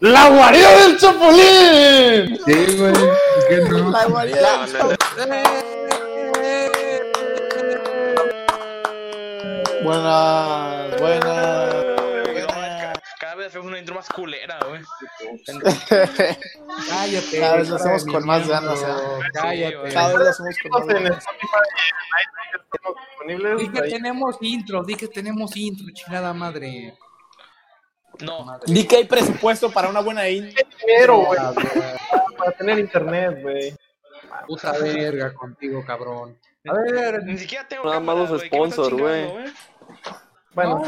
¡La guarida del Chapulín! Sí, güey. ¿por qué no? La guarida No, del no, no. Buenas, buenas. Ca- Cada vez hacemos una intro más culera, güey. buenas. Cállate. Cada vez lo cara de hacemos con más ganas, niño. ¿eh? Sí, Cállate. güey. Cada vez lo hacemos con en más Spotify y en iTunes estamos disponibles. Dije Ahí- tenemos intro, dije tenemos intro, chingada madre. No, Di que hay presupuesto para una buena in. dinero, güey. Para tener internet, güey. Puta verga contigo, cabrón. A ver, ni siquiera tengo. Nada más cámara, los güey, ¿qué me estás sponsor, güey. chingando, Bueno,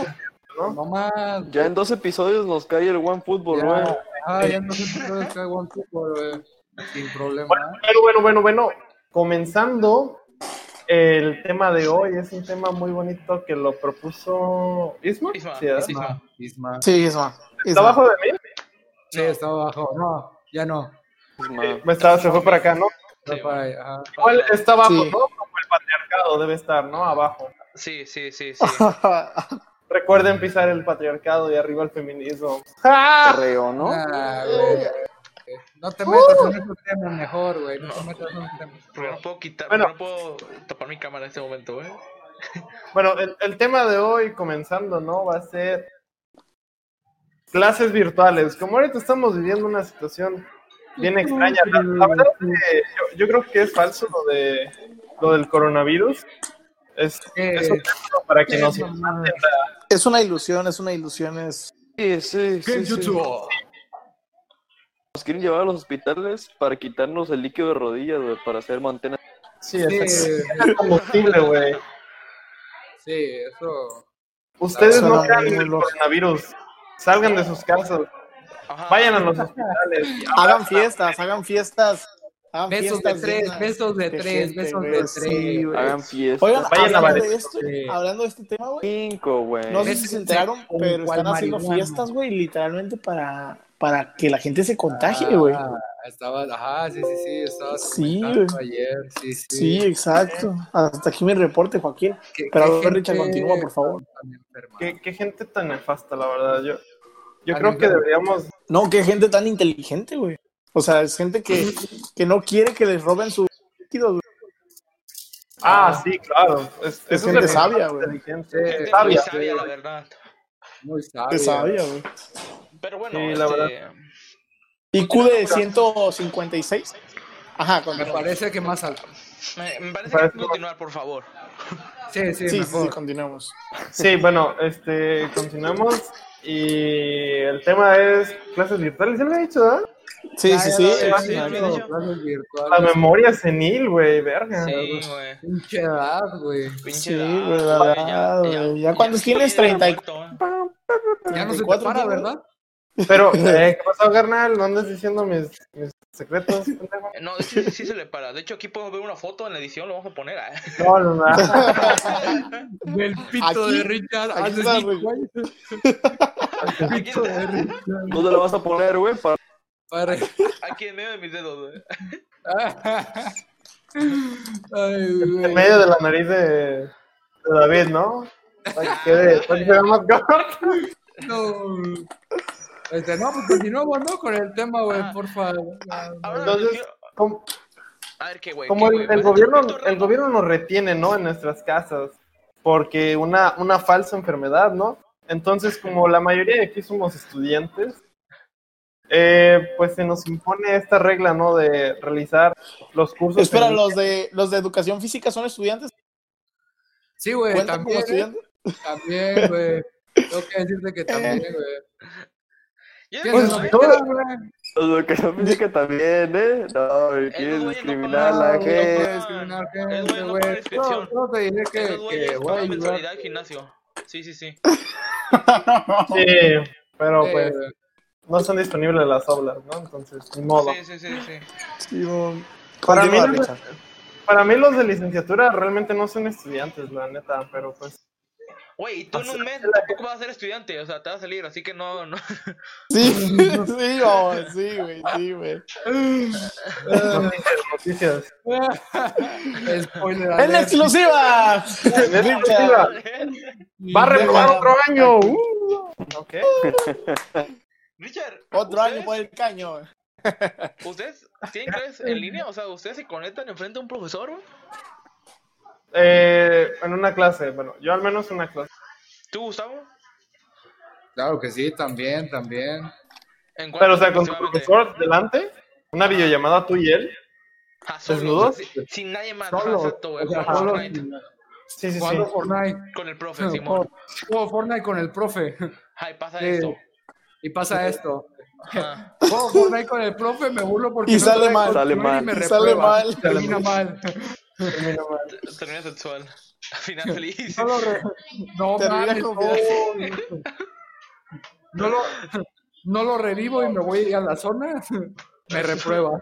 No, no más. Ya en dos episodios nos cae el One Football, güey. Ya, ah, ya no sé si puedes caer One Football, güey. Sin problema. bueno, bueno, bueno, bueno. Comenzando, el tema de hoy es un tema muy bonito que lo propuso Isma. Isma, Sí, ¿verdad? sí. Isma, Isma. Sí, Isma. ¿Está Isma. abajo de mí? Sí, está abajo. No, ya no. Es más, Me estaba, Pues, se fue para acá, ¿no? Está Sí, para ahí, ajá. Igual está abajo, Sí. ¿no? Como el patriarcado debe estar, ¿no? Abajo. Sí, sí, sí, sí. Recuerden pisar el patriarcado y arriba el feminismo. Creo, ¿no? Ah, güey. No te metas en esos temas mejor, güey. No te metas en esos temas. Porque no puedo quitar, Bueno. no puedo tapar mi cámara en este momento, güey. Bueno, el, el tema de hoy, comenzando, ¿no? Va a ser clases virtuales. Como ahorita estamos viviendo una situación bien extraña. La, la verdad es que yo, yo creo que es falso lo de lo del coronavirus. Es, Eh, es un tema para que nos no mames. Es una ilusión, es una ilusión, es. Sí, sí, sí, sí. Nos quieren llevar a los hospitales para quitarnos el líquido de rodillas, güey, para hacer mantenas. sí, Sí, es, es combustible, güey. sí, eso. Ustedes Suena no muy crean en el loco. coronavirus. Salgan de sus casas, Ajá. vayan a los hospitales. Hagan fiestas, hagan fiestas. Hagan Besos de fiestas tres, dignas besos de de tres, gente, besos güey. de Sí, tres. güey. Hagan fiestas. Oigan, Vayan a hablando bares. de esto, Sí. hablando de este tema, güey. cinco, güey. No sé Ves si que se se- enteraron, con pero cual están haciendo marihuana. fiestas, güey, literalmente para, para que la gente se contagie, güey. Ah, estabas, ajá, sí, sí, sí, estabas Sí, comentando ayer, sí, sí. sí, exacto. Hasta aquí mi reporte, Joaquín. ¿Qué- Pero qué a ver, Richard, gente continúa, por favor. tan enferma? Qué, qué gente tan nefasta, la verdad. Yo, yo A creo mí que me- deberíamos No, qué gente tan inteligente, güey. O sea, es gente que, que no quiere que les roben sus líquidos, güey. Ah, sí, claro. Es, Es eso gente le- sabia, güey. inteligente. Sí, Gente Sabia. muy sabia, la verdad. Muy Que sabia. sabía, güey. Pero bueno, Sí, este, la IQ de 156. Ajá, con Me parece que más alto. me, me parece Parece que hay que como- continuar, por favor. Sí, sí, Sí, sí, sí, mejor. continuamos. Sí, bueno, este, continuamos. Y el tema es clases virtuales. Ya lo he dicho, ¿verdad? Sí, sí, sí. ya, ya, sí, ya, ya, sí. ya. Clases La virtuales. memoria senil, güey, verga. Sí, güey. Pinche edad, güey. Pinche Sí, edad, güey, la güey, edad, güey. Ya cuando tienes estoy 34, muerto, güey. Ya no se te 34, para, ¿no? ¿verdad? Pero, eh, ¿qué pasó, carnal? ¿No andas diciendo mis, mis secretos? pendejo? No, sí, sí, sí se le para. De hecho, aquí podemos ver una foto en la edición, lo vamos a poner. ah. No, no, no. Del pito Aquí- de Richard. aquí hace Ah, está, cinco güey. años. El Aquí, pito de Richard. ¿Dónde lo vas a poner, güey? Para... Para- aquí en medio de mis dedos, güey. Ay, En güey. medio de la nariz de, de David, ¿no? Para que quede, para que se vea más gordo. No. Este, no, pues continuamos, ¿no? Con el tema, güey, Ah. porfa. Ahora, Entonces, yo- Como, a ver qué, güey. como qué, el, güey, el vas a gobierno, tener tu el reto. gobierno nos retiene, ¿no? En nuestras casas, porque una, una falsa enfermedad, ¿no? Entonces, como la mayoría de aquí somos estudiantes, eh, pues se nos impone esta regla, ¿no? De realizar los cursos. Espera, en- los de, los de educación física son estudiantes. Sí, güey, ¿Cuentan como también. ¿eh? estudiantes? También, güey. Tengo que decirte que Eh, también, güey. Ya, ¿Quién Pues, se güey, nos todo- queda, güey? Lo que yo pensé que también, ¿eh? No, güey, Esos quieren güeyes no discriminar a la pagan- No, güey, no gente. puede discriminar Es gente, bueno, no paga güey. inscripción. Solo te diré que, esos güeyes que, con güey, la güey, mensualidad del gimnasio. Sí, sí, sí. Sí, pero eh, pues no están disponibles las aulas, ¿no? Entonces, ni modo. Sí, sí, sí, sí. Sí, güey. Para mí Continúa, no- Richard. Para mí los de licenciatura realmente no son estudiantes, la neta, pero pues... Güey, y tú en un mes tampoco vas a ser estudiante, o sea, te vas a salir, así que no, no. Sí, sí, güey, sí, güey, sí, güey. Noticias, noticias. Spoiler ¡En alert. exclusiva! Richard. Va a reprobar reprobar Uh, otro otro año. Ok. Richard, Otro año ¿ustedes- pues. por el caño. güey. ¿Ustedes tienen clases en línea? O sea, ¿ustedes se conectan enfrente a un profesor? güey? Eh, en una clase, bueno, yo al menos una clase. ¿Tú, Gustavo? Claro que sí, también, también. ¿En cuál Pero, o sea, con tu aproximadamente? profesor delante, una videollamada tú y él. Ah, solo, desnudos. o sea, sin, sin nadie más. ajá, Solo. exacto, güey, o sea, jugando solo- Fortnite Sí, sí, sí. Jugando Fortnite. Con el profe, Simón. Juego Fortnite con el profe. Ay, pasa Sí. esto. Y pasa esto. Ajá. Juego Fortnite con el profe, me burlo porque. Y no sale sabe mal. construir Sale mal. Y me Y sale reprueba. mal. Termina mal. Termina sexual. Final feliz. No lo re- No, Termina mames, con- no. No lo, no lo revivo y me voy a la zona. Me reprueba.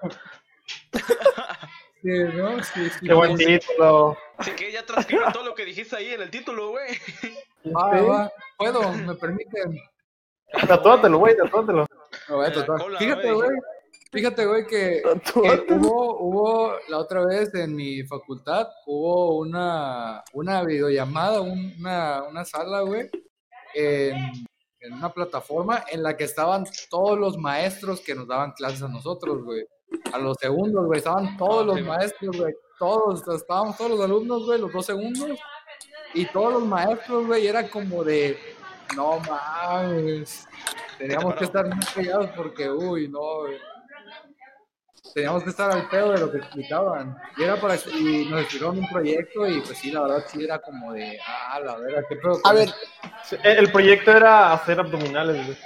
Sí, ¿no? Sí, sí, Qué buen sí. título. Así que ya transcribe todo lo que dijiste ahí en el título, güey. Va, va. Puedo, me permiten. Tatúatelo, güey, tatúatelo. Lo voy a En la tatuar. cola, Fíjate, güey. güey. Fíjate, güey, que que Tatúatelo. Eh, hubo, hubo la otra vez en mi facultad, hubo una, una videollamada, un- una, una sala, güey, en, en una plataforma en la que estaban todos los maestros que nos daban clases a nosotros, güey. A los segundos, güey, estaban todos los sí, güey. maestros, güey. Todos, estábamos todos los alumnos, güey, los dos segundos. Y todos los maestros, güey, era como de, no mames. Teníamos que estar muy callados porque, uy, no, güey teníamos que estar al pedo de lo que explicaban. Y era para y nos explicaron un proyecto y pues sí, la verdad sí era como de, ah, la verdad, qué pedo. con A ver, esto?" Sí, eh, El proyecto era hacer abdominales, güey.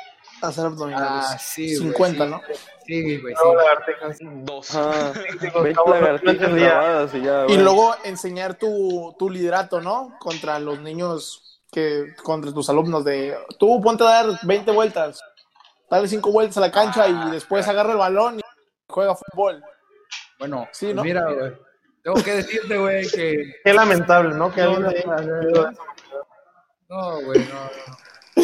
hacer abdominales. ah, sí, güey, 50, sí, pues, ¿no? Sí, güey, No, sí. lagartijas. Dos. Ajá. no, Veinte no lagartijas entendía. grabadas y ya, Y güey. luego enseñar tu, tu liderato, ¿no? Contra los niños, que contra tus alumnos de, tú ponte a dar 20 vueltas, dale 5 vueltas a la cancha y después agarra el balón y juega fútbol. Bueno, Sí, pues ¿no? mira, güey. Tengo que decirte, güey, que. Qué lamentable, ¿no? Que No, alguien no, haya no, no. vivido eso. No, güey, no, no.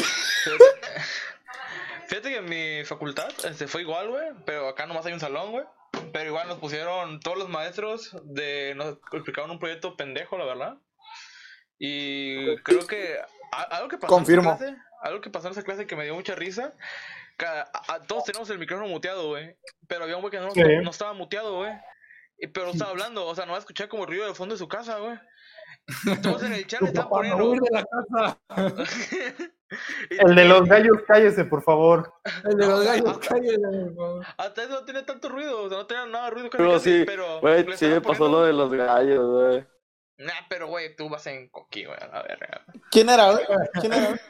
Fíjate que en mi facultad este, fue igual, güey, pero acá nomás hay un salón, güey. Pero igual nos pusieron todos los maestros de nos explicaron un proyecto pendejo, la verdad. Y creo que a- algo que pasó en Confirmo. esa clase, algo que pasó en esa clase que me dio mucha risa. ca- a- a- todos tenemos el micrófono muteado, güey, pero había un güey que no, Sí. no estaba muteado, güey. y- Pero estaba hablando, o sea, no va a escuchar como ruido de fondo de su casa, güey. Todos en el chat le estaban Para poniendo. huir de la casa, El de los gallos, cállese, por favor. el de los gallos, cállate, por favor. Hasta eso no tiene tanto ruido, o sea, no tenía nada de ruido. casi, Pero casi, sí, pero güey, le sí estaban me pasó poniendo- lo de los gallos, güey. Nah, pero güey, tú vas en coquí, güey, a la verga. ¿Quién era? güey? ¿Quién era?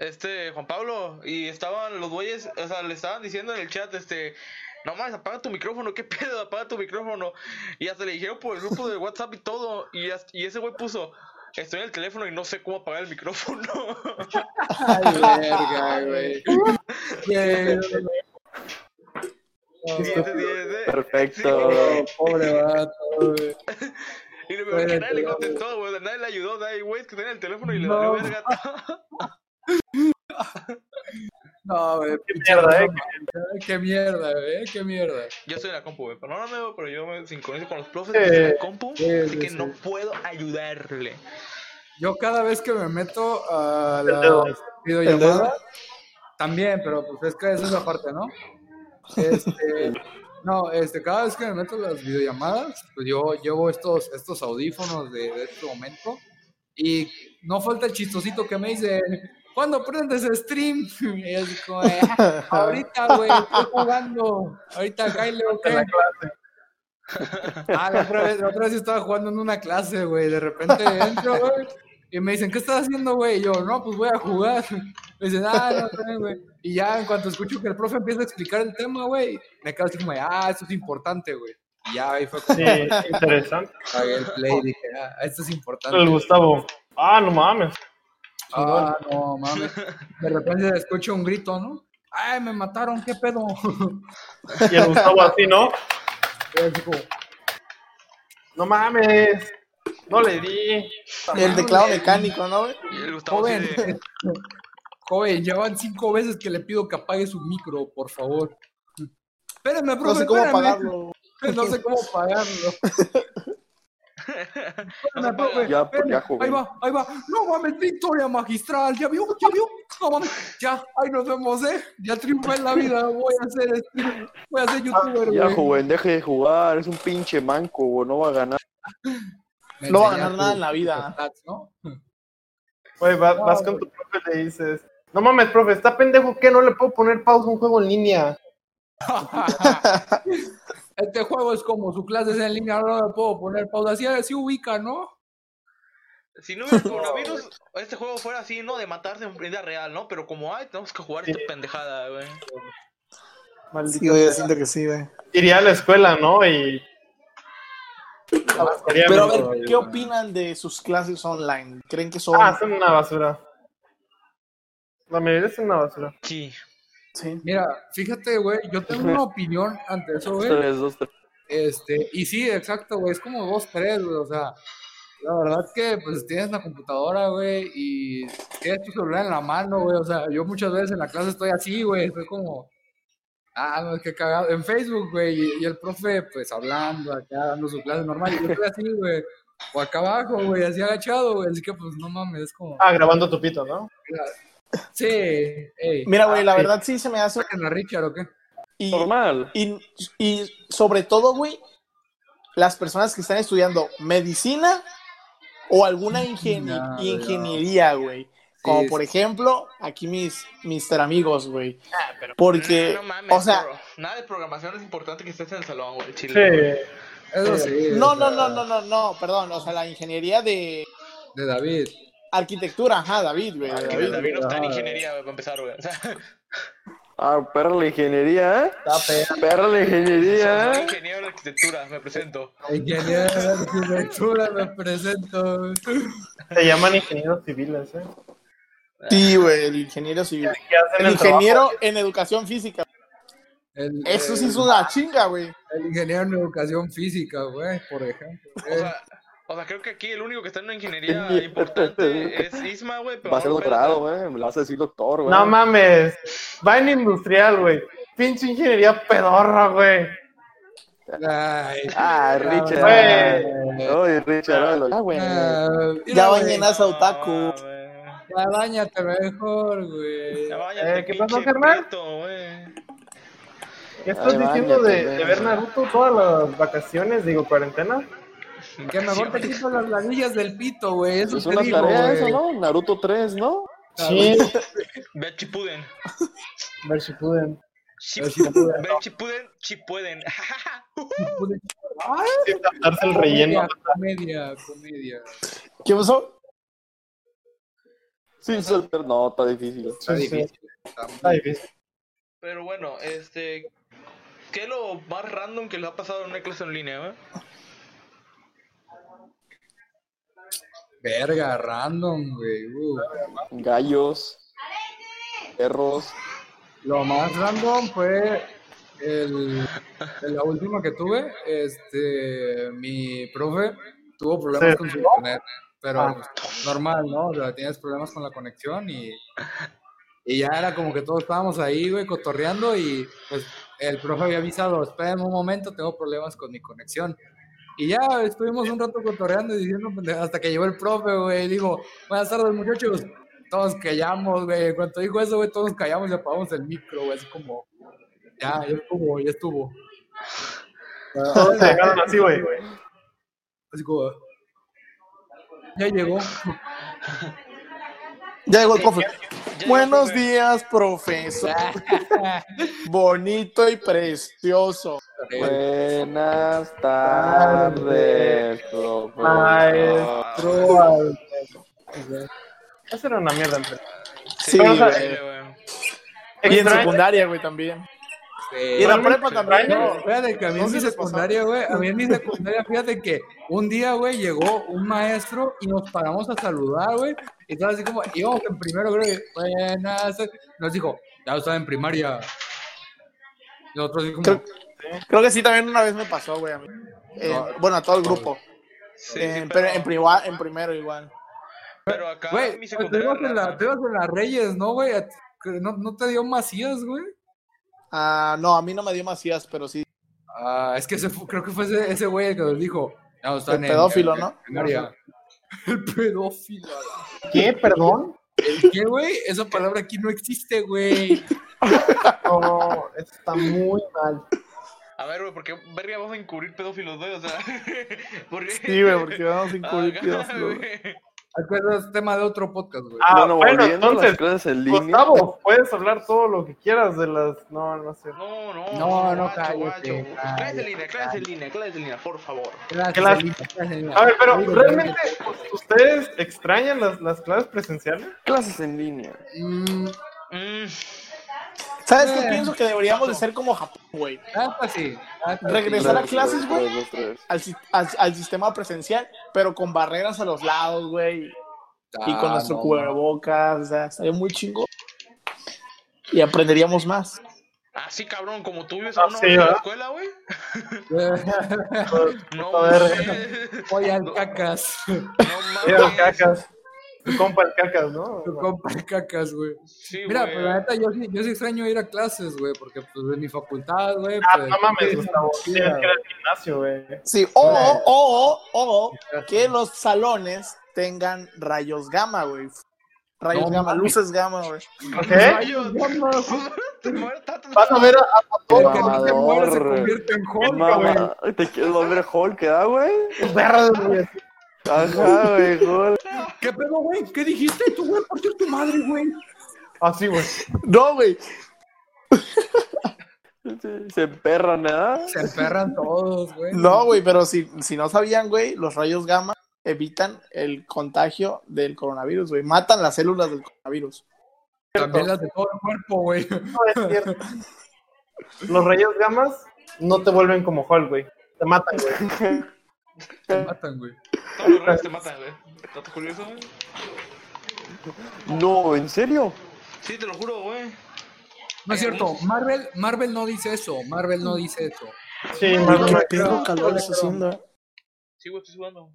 Este, Juan Pablo, y estaban los güeyes, o sea, le estaban diciendo en el chat, este, no mames, apaga tu micrófono, qué pedo, apaga tu micrófono. Y hasta le dijeron por el grupo de WhatsApp y todo, y, hasta- y ese güey puso, estoy en el teléfono y no sé cómo apagar el micrófono. Ay, verga, güey. Qué- y, este, y este- Perfecto. Oh, pobre vato, güey. y lo peor es que nadie le Bueno, contestó, güey, nadie le ayudó, nadie, güey, es que tenía el teléfono y le No. valió verga a todo. No, güey. Qué mierda, eh. Qué mierda, güey, qué mierda. Yo estoy en la compu, güey. Perdóname, güey, pero yo me sincronizo con los profes Eh, que en la compu, sí, así sí, que sí. no puedo ayudarle. Yo cada vez que me meto a El dedo. la videollamada, también, pero pues es que esa es la parte, ¿no? Este, no, este, cada vez que me meto a las videollamadas, pues yo llevo estos, estos audífonos de, de este momento y no falta el chistosito que me dice, ¿cuándo prendes stream? Y yo así como, de, "Ah, ahorita, güey, estoy jugando, ahorita, Kyle, ok. En la clase. Ah, la otra vez, la otra vez yo estaba jugando en una clase, güey. De repente entro, güey. Y me dicen, ¿qué estás haciendo, güey? Y yo, no, pues voy a jugar. Me dicen, ah, no, está bien, güey. Y ya en cuanto escucho que el profe empieza a explicar el tema, güey, me quedo así como, ah, esto es importante, güey. Y ya ahí fue como, Sí, interesante. apagué el play y dije, ah, esto es El importante. Gustavo. Ah, no mames. Ah, no, mames. De repente escucho un grito, ¿no? Ay, me mataron, qué pedo. Y el Gustavo así, ¿no? Y así como, No mames. No le di. Y el teclado mecánico, ¿no? güey? Y el Gustavo así Joven, de, joven, ya van cinco veces que le pido que apague su micro, por favor. Espérame, profe, No sé cómo espérame. apagarlo. No sé cómo apagarlo. No se paga. Ya, Espérame, ya, joven. Ahí va, ahí va. No mames, victoria magistral. Ya vio, ya vio. No mames, ya. Ahí nos vemos, ¿eh? Ya triunfé en la vida. Voy a ser, streamer, voy a Ah, ser youtuber, güey. Ya, joven, deje de jugar. Es un pinche manco, güey, no va a ganar. Me No va a enseña ganar nada tu- en la vida. tus stats, ¿no? Güey, va- No, vas con tu profe y le dices, no mames, profe, está pendejo que no le puedo poner pausa a un juego en línea. Este juego es como su clase es en línea, no le puedo poner pausa. Sí, sí ubica, ¿no? Si no hubiera coronavirus, este juego fuera así, ¿no? De matarse en vida real, ¿no? Pero como hay, tenemos que jugar esta pendejada, güey. Maldito. Sí, güey, yo siento que sí, güey. Iría a la escuela, ¿no? Y. Sería Pero a mejor, ver, ¿qué güey. opinan de sus clases online? ¿Creen que son...? Ah, son una basura. La mayoría es una basura. Sí. Sí. Mira, fíjate, güey, yo tengo una opinión ante eso, güey. Tres, dos, tres. Este, y sí, exacto, güey, es como dos, tres, güey, o sea, la verdad que pues tienes la computadora, güey, y tienes tu celular en la mano, güey, o sea, yo muchas veces en la clase estoy así, güey, estoy como, ah, no, es que cagado, en Facebook, güey, y, y el profe, pues, hablando acá, dando su clase normal, y yo estoy así, güey, o acá abajo, güey, así agachado, güey, así que, pues, no mames, es como, Ah, grabando tu pito, ¿no? sí, ey, Mira, güey, la ah, verdad sí se me hace... saquen a Richard, ¿o qué? Y, Normal. y, y sobre todo, güey, las personas que están estudiando medicina o alguna ingeni- Nah, güey, ah, ingeniería, güey. Como Sí, por sí. ejemplo, aquí mis mister amigos, güey. Ah, Eh, Porque, No, no mames, o sea, bro. Nada de programación es importante que estés en el salón, güey. Sí. Chile. Eso sí, no, o no, sea, no, no, no, no, perdón, o sea, la ingeniería de de David. arquitectura, ajá, David, güey, Que David. David no está en ah. ingeniería, güey, para empezar, güey. O sea, Ah, perra la ingeniería, ¿eh? Está perro. Perra la ingeniería, soy ¿eh? ingeniero de arquitectura, me presento. Ingeniero de arquitectura, me presento. Se llaman ingenieros civiles, ¿eh? Sí, güey, el ingeniero civil. Que hacen El el ingeniero en educación física. El, Eso sí el- es una chinga, güey. El ingeniero en educación física, güey, por ejemplo. O sea, o sea, creo que aquí el único que está en una ingeniería importante es Isma, güey. pero Va a ser vamos, doctorado, güey. Le vas a decir doctor, güey. No mames. Va en industrial, güey. Pinche ingeniería pedorra, güey. Ay, Ah, Richard. güey. Ay, Richard, hágalo. Ah, güey. Ah, mira, Ya güey, bañenas a otaku. güey. Ya bañate mejor, güey. Ya váyate, Eh, ¿qué pasó, pinche carnal? prieto, güey. ¿Qué estás Ay, diciendo de, bañate, de güey. ver Naruto todas las vacaciones, digo, cuarentena? Que mejor te quito las ladillas del pito, güey. Eso Es te una digo, tarea eso, güey. ¿no? Naruto 3, ¿no? Sí. Ve a Chipuden. Ver si pueden. Chip- Ver si pueden. Ve a Chipuden, Chipuden. Ay, Darse el relleno. Comedia, comedia. ¿Qué pasó? Sí, solter. No, está difícil. Está Sí, sí. difícil. Está difícil. Pero bueno, este. ¿Qué es lo más random que les ha pasado en una clase en línea, güey? Verga, random, güey. uh. Gallos. Perros. Lo más random fue el, la última que tuve. Este, mi profe tuvo problemas Sí. con su internet, pero Ah. pues, normal, ¿no? O sea, tienes problemas con la conexión y, y ya era como que todos estábamos ahí, güey, cotorreando y pues el profe había avisado, esperen un momento, tengo problemas con mi conexión. Y ya estuvimos un rato cotorreando y diciendo pendejadas hasta que llegó el profe, güey, y dijo, buenas tardes muchachos, todos callamos, güey. En cuanto dijo eso, güey, todos callamos y apagamos el micro, güey. Es como, ya, ya estuvo, ya estuvo. Todos se llegaron así, güey. Así como, ya llegó. Ya llegó el profe. llegó, Buenos profe. días, profesor. Bonito y precioso. Pues, Buenas tardes, Ah, profesor. Maestro. al- Eso era una mierda. entre- Sí, pero, o sea, güey. eh, Y en Extraño. secundaria, güey, también. Y Sí. en la prepa también. No, güey. fíjate que a mí en mi Entonces, secundaria, güey, a mí en mi secundaria, fíjate que un día, güey, llegó un maestro y nos paramos a saludar, güey, y estaba así como, íbamos en primero, creo que, buenas, nos dijo, ya estaba en primaria. Y nosotros así como, Creo- Creo que sí, también una vez me pasó, güey, a mí. Eh, No. bueno, a todo el grupo. Sí, sí, Eh, pero pero, en, priva- en primero igual. pero acá Güey, mi tú ibas secundaria. en la, tú ibas en las Reyes, ¿no, güey? A ti- que No, no te dio Macías, güey. Ah, no, a mí no me dio Macías, pero sí. Ah, es que ese fu- creo que fue ese ese güey el que nos dijo, No, El están en- pedófilo, en- ¿no? en área. El pedófilo. a la- ¿Qué? ¿Perdón? ¿El qué, güey? Esa palabra aquí no existe, güey. No, esto está muy mal. A ver, güey, ¿por qué verga vamos a encubrir pedófilos, güey? O sea, ¿por qué? Sí, güey, porque vamos a Ah, encubrir pedófilo, güey. güey. Acuerdas es tema de otro podcast, güey. Ah, bueno, bueno, volviendo a entonces, las clases en pues, línea. Gustavo, puedes hablar todo lo que quieras de las. No, no sé. No, no, No, eh, no, guacho, cállate, guacho. cállate, Clases en línea, clases en cállate. línea, clases en línea, por favor. Gracias, claro. Alita, gracias, Alita. A ver, pero Oye, ¿realmente ustedes extrañan las, las clases presenciales? Clases en línea. Mm, Mm, ¿Sabes qué Eh. pienso? Que deberíamos de ser como Japón, güey. hasta sí, hasta sí. Regresar a Dos, clases, tres, güey. dos, tres. Al, si- al- al sistema presencial, pero con barreras a los lados, güey. Y con Ah, nuestro no, cubrebocas, o sea, estaría muy chingón. Y aprenderíamos más. Así, Ah, cabrón, como tú vives Ah, a una sí, hora de la ¿verdad? escuela, güey. No, A ver. mames. Oye, al cacas. No Mira, el mames. cacas. Tu compa el cacas, ¿no? Tu compa el cacas, güey. Sí, Mira, güey. pero la neta, yo, sí- yo sí extraño ir a clases, güey, porque pues de mi facultad, güey. Ah, pues, no mames, sí, Gustavo. sí, Tienes que ir al gimnasio, güey. Sí, o, o, o, que los salones tengan rayos gamma, güey. Rayos No gamma, mames. luces gamma, güey. pues, ¿Ok? Rayos. Te mueres, tato. Vas a ver a, a El todos que no se Mamador, muere se güey. convierte en Hulk, güey. Mamá, ¿te quieres volver Hulk, ah, güey? los verdes, güey. Ajá, güey, Hulk. ¿Qué pedo, güey? ¿Qué dijiste tú, güey? Por ser tu madre, güey. Así, güey. No, güey. Se- Se emperran, ¿ah? Se emperran todos, güey. No, güey, pero si, si no sabían, güey, los rayos gamma evitan el contagio del coronavirus, güey. Matan las células del coronavirus. También las de todo el cuerpo, güey. No es cierto. Los rayos gamas no te vuelven como Hulk, güey. Te matan, güey. Te matan, güey. Todos los rayos te matan, güey. ¿Estás curioso, güey? No, ¿en serio? Sí, te lo juro, güey. No es cierto, Marvel, Marvel no dice eso, Marvel no dice eso. Sí, Marvel, pedo calor está haciendo? eh? Sí, güey, estoy jugando.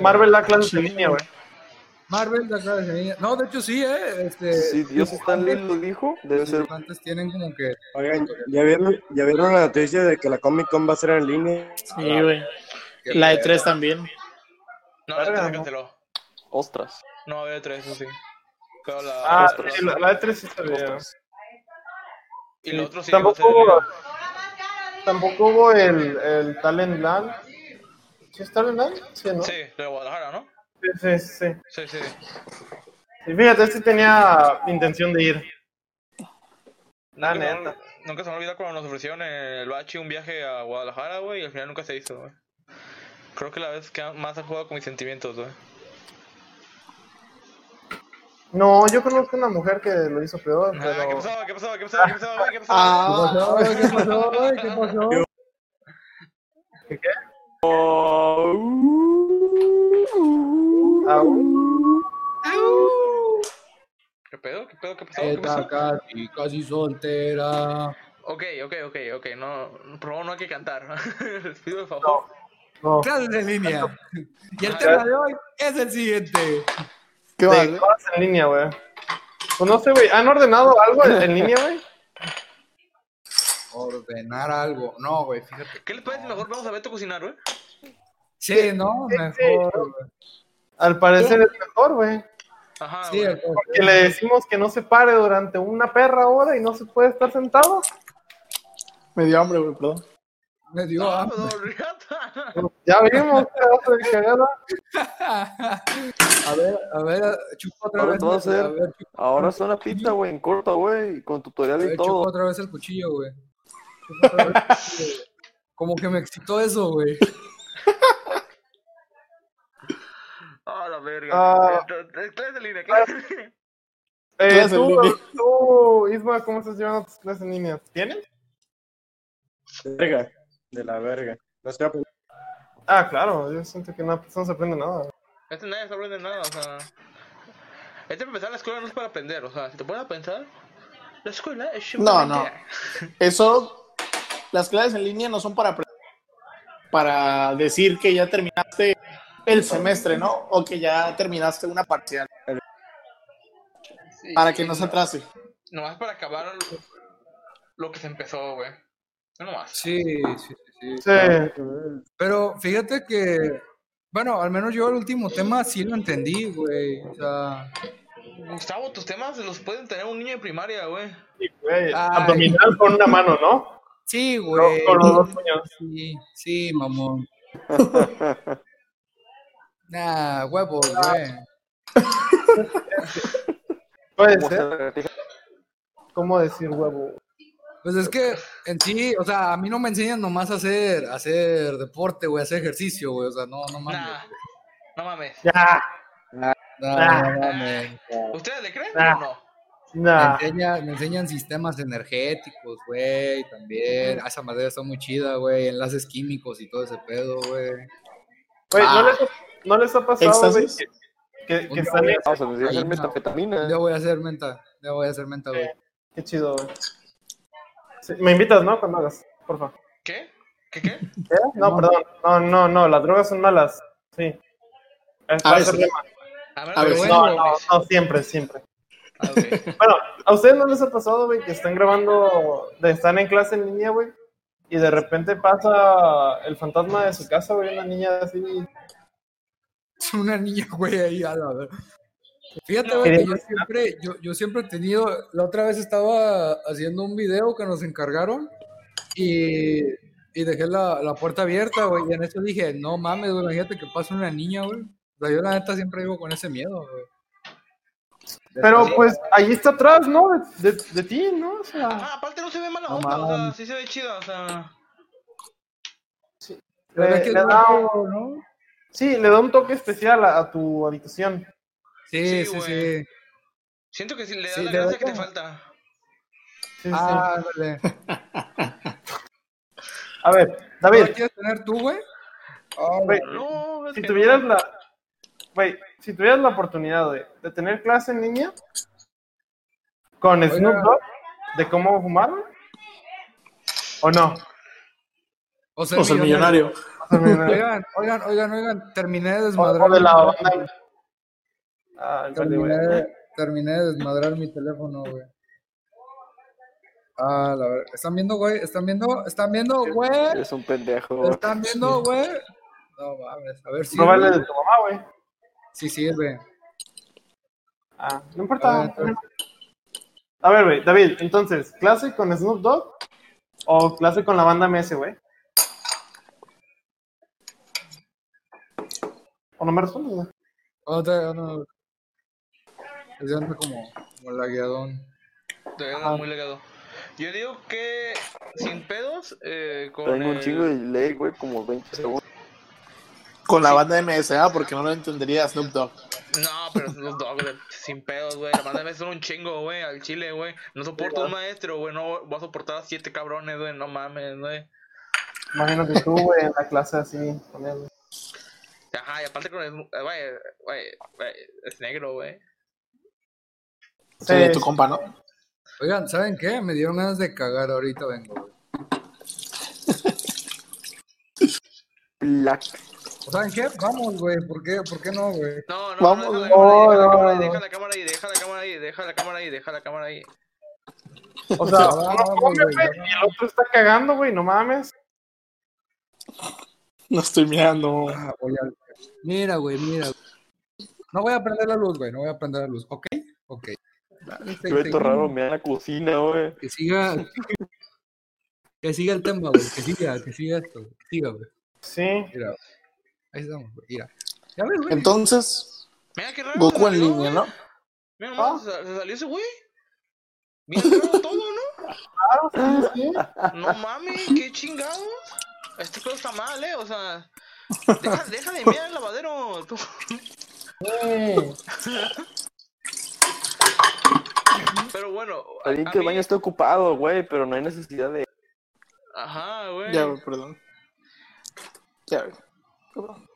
Marvel da clases en línea, güey. Marvel de acá de Sevilla- No, de hecho sí, eh. Este, Si Dios dibujantes- Stanley lo dijo, debe los ser. dibujantes tienen como que. Oigan, ¿ya vieron, ¿ya vieron la noticia de que la Comic Con va a ser en línea? Sí, güey. La de tres también. No, la Verga, 3 se ¿no? canceló. Ostras. No, la 3, eso sí. Pero la. Ah, Ostras. sí, la, la E3 sí está bien. y la otra sí. Tampoco va a hubo, ser- tampoco hubo el, el Talent Land. ¿Sí es Talent Land? Sí, ¿no? Sí, de Guadalajara, ¿no? Sí, sí, sí. Sí, sí. Y fíjate, este tenía intención de ir. Nunca La se me neta. va- Nunca se me olvida cuando nos ofrecieron en el Bachi un viaje a Guadalajara, güey, y al final nunca se hizo, güey. Creo que la vez que más he jugado con mis sentimientos, güey. No, yo conozco una mujer que lo hizo peor, Ah, ¿Qué pero... pasaba? ¿Qué pasaba? ¿Qué pasaba? ¿Qué pasaba? güey? ¿Qué pasaba? ¿Qué Ah, pasó, güey? ¿Qué pasó, güey? ¿Qué pasó? Oh, uh, uh, Ah, ¿Qué pedo? ¿Qué pedo? ¿Qué Eh, pasó? ¿Qué pasó? Está casi, casi soltera. Ok, ok, ok, ok. No, por favor, no hay que cantar. Les pido el favor. no. Clases en línea. Y el Ah, tema de hoy es el siguiente. ¿qué más, De güey? cosas en línea, güey. Pues no sé, güey. ¿Han ordenado algo en, en línea, güey? Ordenar algo. No, güey, fíjate. ¿Qué les parece? si Mejor vamos a Beto cocinar, güey. Sí, Ah, ¿no? sí, Mejor. sí. güey. Al parecer es mejor, güey. Ajá. Sí, güey. mejor. Porque le decimos que no se pare durante una perra hora y no se puede estar sentado. Me dio hambre, güey, perdón. Me dio No, hambre. pues, ahorita. Ya vimos, pedazo de cagada. A ver, a ver, chupa otra Ahora vez. te voy a hacer- A ver, chupa- Ahora es una pizza, güey, en corta, güey, con a tutorial ver, y chupa todo. otra vez el cuchillo, güey. Chupa otra vez el cuchillo, güey. Como que me excitó eso, güey. Ah, la verga. Ah. Eh, Clases en línea, clases en línea. Eh, Clases en tú, línea. tú, Isma, ¿cómo estás llevando tus clases en línea? ¿Tienes? Verga, de la verga. No sé, pues, Ah, claro. Yo siento que no, pues, no se aprende nada. Este nadie se aprende nada, o sea. Este para empezar la escuela no es para aprender, o sea, si te pones a pensar, la escuela es No, simplemente- no. Eso, las clases en línea no son para aprender, para decir que ya terminaste el semestre, ¿no? O que ya terminaste una parcial, Sí, para que no se atrase. Nomás para acabar lo que se empezó, güey. No más. Sí, sí, sí, sí. Sí. Pero fíjate que, bueno, al menos yo el último tema sí lo entendí, güey. O sea, Gustavo, tus temas los pueden tener un niño de primaria, güey. Güey, Ay. abdominal con una mano, ¿no? sí, No, güey. con los dos puños. Sí, sí, mamón. nah, huevos, güey. Puede Como ser. se- ¿Cómo decir huevo? Pues es que en sí, o sea, a mí no me enseñan nomás a hacer, a hacer deporte, güey, a hacer ejercicio, güey. O sea, no, no mames. Nah, no mames. Ya, Nah, nah. no mames. ¿Ustedes le creen Nah. o no? Me, nah. enseña- me enseñan sistemas energéticos, güey, también. Ah, Esa madera está muy chida, güey. Enlaces químicos y todo ese pedo, güey. Güey, ¿no, Ah. les, no les ha pasado, güey, ¿Éxtasis? que- que, que Un están en- Vamos a necesitar Ahí, hacer no. metanfetamina. Yo voy a hacer menta, yo voy a hacer menta, güey. Qué chido, güey. Sí, me invitas, ¿no? Cuando hagas, por favor. ¿Qué? ¿Qué qué? ¿Eh? No, No. perdón. No, no, no, las drogas son malas. Sí. Es A Ah, va a veces. ser de más. A ver, A ver, güey. No, no, no, siempre, siempre. Ah, güey. Bueno, ¿a ustedes no les ha pasado, güey, que están grabando, de- están en clase en línea, güey? Y de repente pasa el fantasma de su casa, güey, una niña así. Es una niña, güey, ahí a la ver- Fíjate, No, güey, que yo quería- siempre, yo, yo siempre he tenido, la otra vez estaba haciendo un video que nos encargaron y, y dejé la, la puerta abierta, güey, y en eso dije, no mames, güey, imagínate que pasa una niña, güey. O sea, yo la neta siempre vivo con ese miedo, güey. Pero Sí. pues ahí está atrás, ¿no? De, de- de ti, ¿no? O sea, Ah, aparte no se ve mala No onda, o sea, mames. sí se ve chida, o sea. La verdad le, que le es da muy un, feo, ¿no? sí, le da un toque especial a, a tu habitación. Sí, Sí, sí, güey. sí. Siento que sí le da Sí, la le da gracia que te como- falta. Sí, sí. Ah, ándale. A ver, Ah, ¿No David, la quieres tener tú, güey? güey, No, es si que tuvieras no. la, güey, si tuvieras la oportunidad de, de tener clase en línea con Snoop Dogg de cómo fumar, güey, ¿o no? O ser pues O sea, el millonario. Oigan, oigan, oigan, oigan, terminé de O- desmadrar. o de mi la teléfono. banda. Ah, vale, güey. Terminé, terminé de desmadrar mi teléfono, güey. Ah, la verdad. ¿Están viendo, güey? ¿Están viendo? ¿Están viendo, güey? Eres un pendejo. ¿Están viendo, güey? No mames, a ver si. Róbale de tu mamá, güey. Sí sirve. Ah, Ah, no importa. entonces- A ver, güey, David, entonces, ¿clase con Snoop Dogg o clase con la banda MS, güey? ¿O no me respondes, güey? Otra, no. Es como, como lagueadón. Te veo Ajá. muy legado. Yo digo que sin pedos, eh, con Tengo un el- chingo de delay, güey, como 20 segundos. Con la banda MSA, porque no lo entendería Snoop Dogg. No, pero los dogs, sin pedos, güey. La banda MS son un chingo, güey, al chile, güey. No soporto un maestro, güey. No voy a soportar a siete cabrones, güey. No mames, güey. Imagínate tú, güey, en la clase así. con él, güey. Ajá, y aparte con el. eh, Güey, güey, güey. Es negro, güey. Sería Sí. tu compa, ¿no? Oigan, ¿saben qué? Me dieron ganas de cagar, ahorita vengo, güey. Plac. ¿Saben qué? Vamos, güey. ¿Por qué? ¿Por qué no, güey? No, no, Vamos, oh, no, deja la cámara ahí, deja la cámara ahí, deja la cámara ahí, deja la cámara ahí, deja la cámara ahí. O sea, Ah, uno vamos, come, güey, güey, vamos. y el otro está cagando, güey, no mames. No estoy mirando. Ah, voy al- Mira, güey, mira. No voy a prender la luz, güey. No voy a prender la luz. ¿Ok? Ok. Qué veto raro me da en la cocina, güey. Que siga. Que siga el tema, güey. Que siga, que siga esto. güey, Que siga, güey. Sí. Mira. güey. Ahí estamos, güey. Mira. Ya ves, güey. Entonces, Mira qué raro. Goku en salió, línea, güey. ¿no? Mira, nomás, se se salió ese güey. Mira, claro, todo, Claro, sí, sí. ¿no? No mames, qué chingado. Este pedo está mal, eh, o sea. Deja, deja de mirar el lavadero. tú. Sí. Pero bueno. a- Alguien a que el mí- baño está ocupado, güey, pero no hay necesidad de. Ajá, güey. Ya, güey, perdón. Ya, güey. Perdón.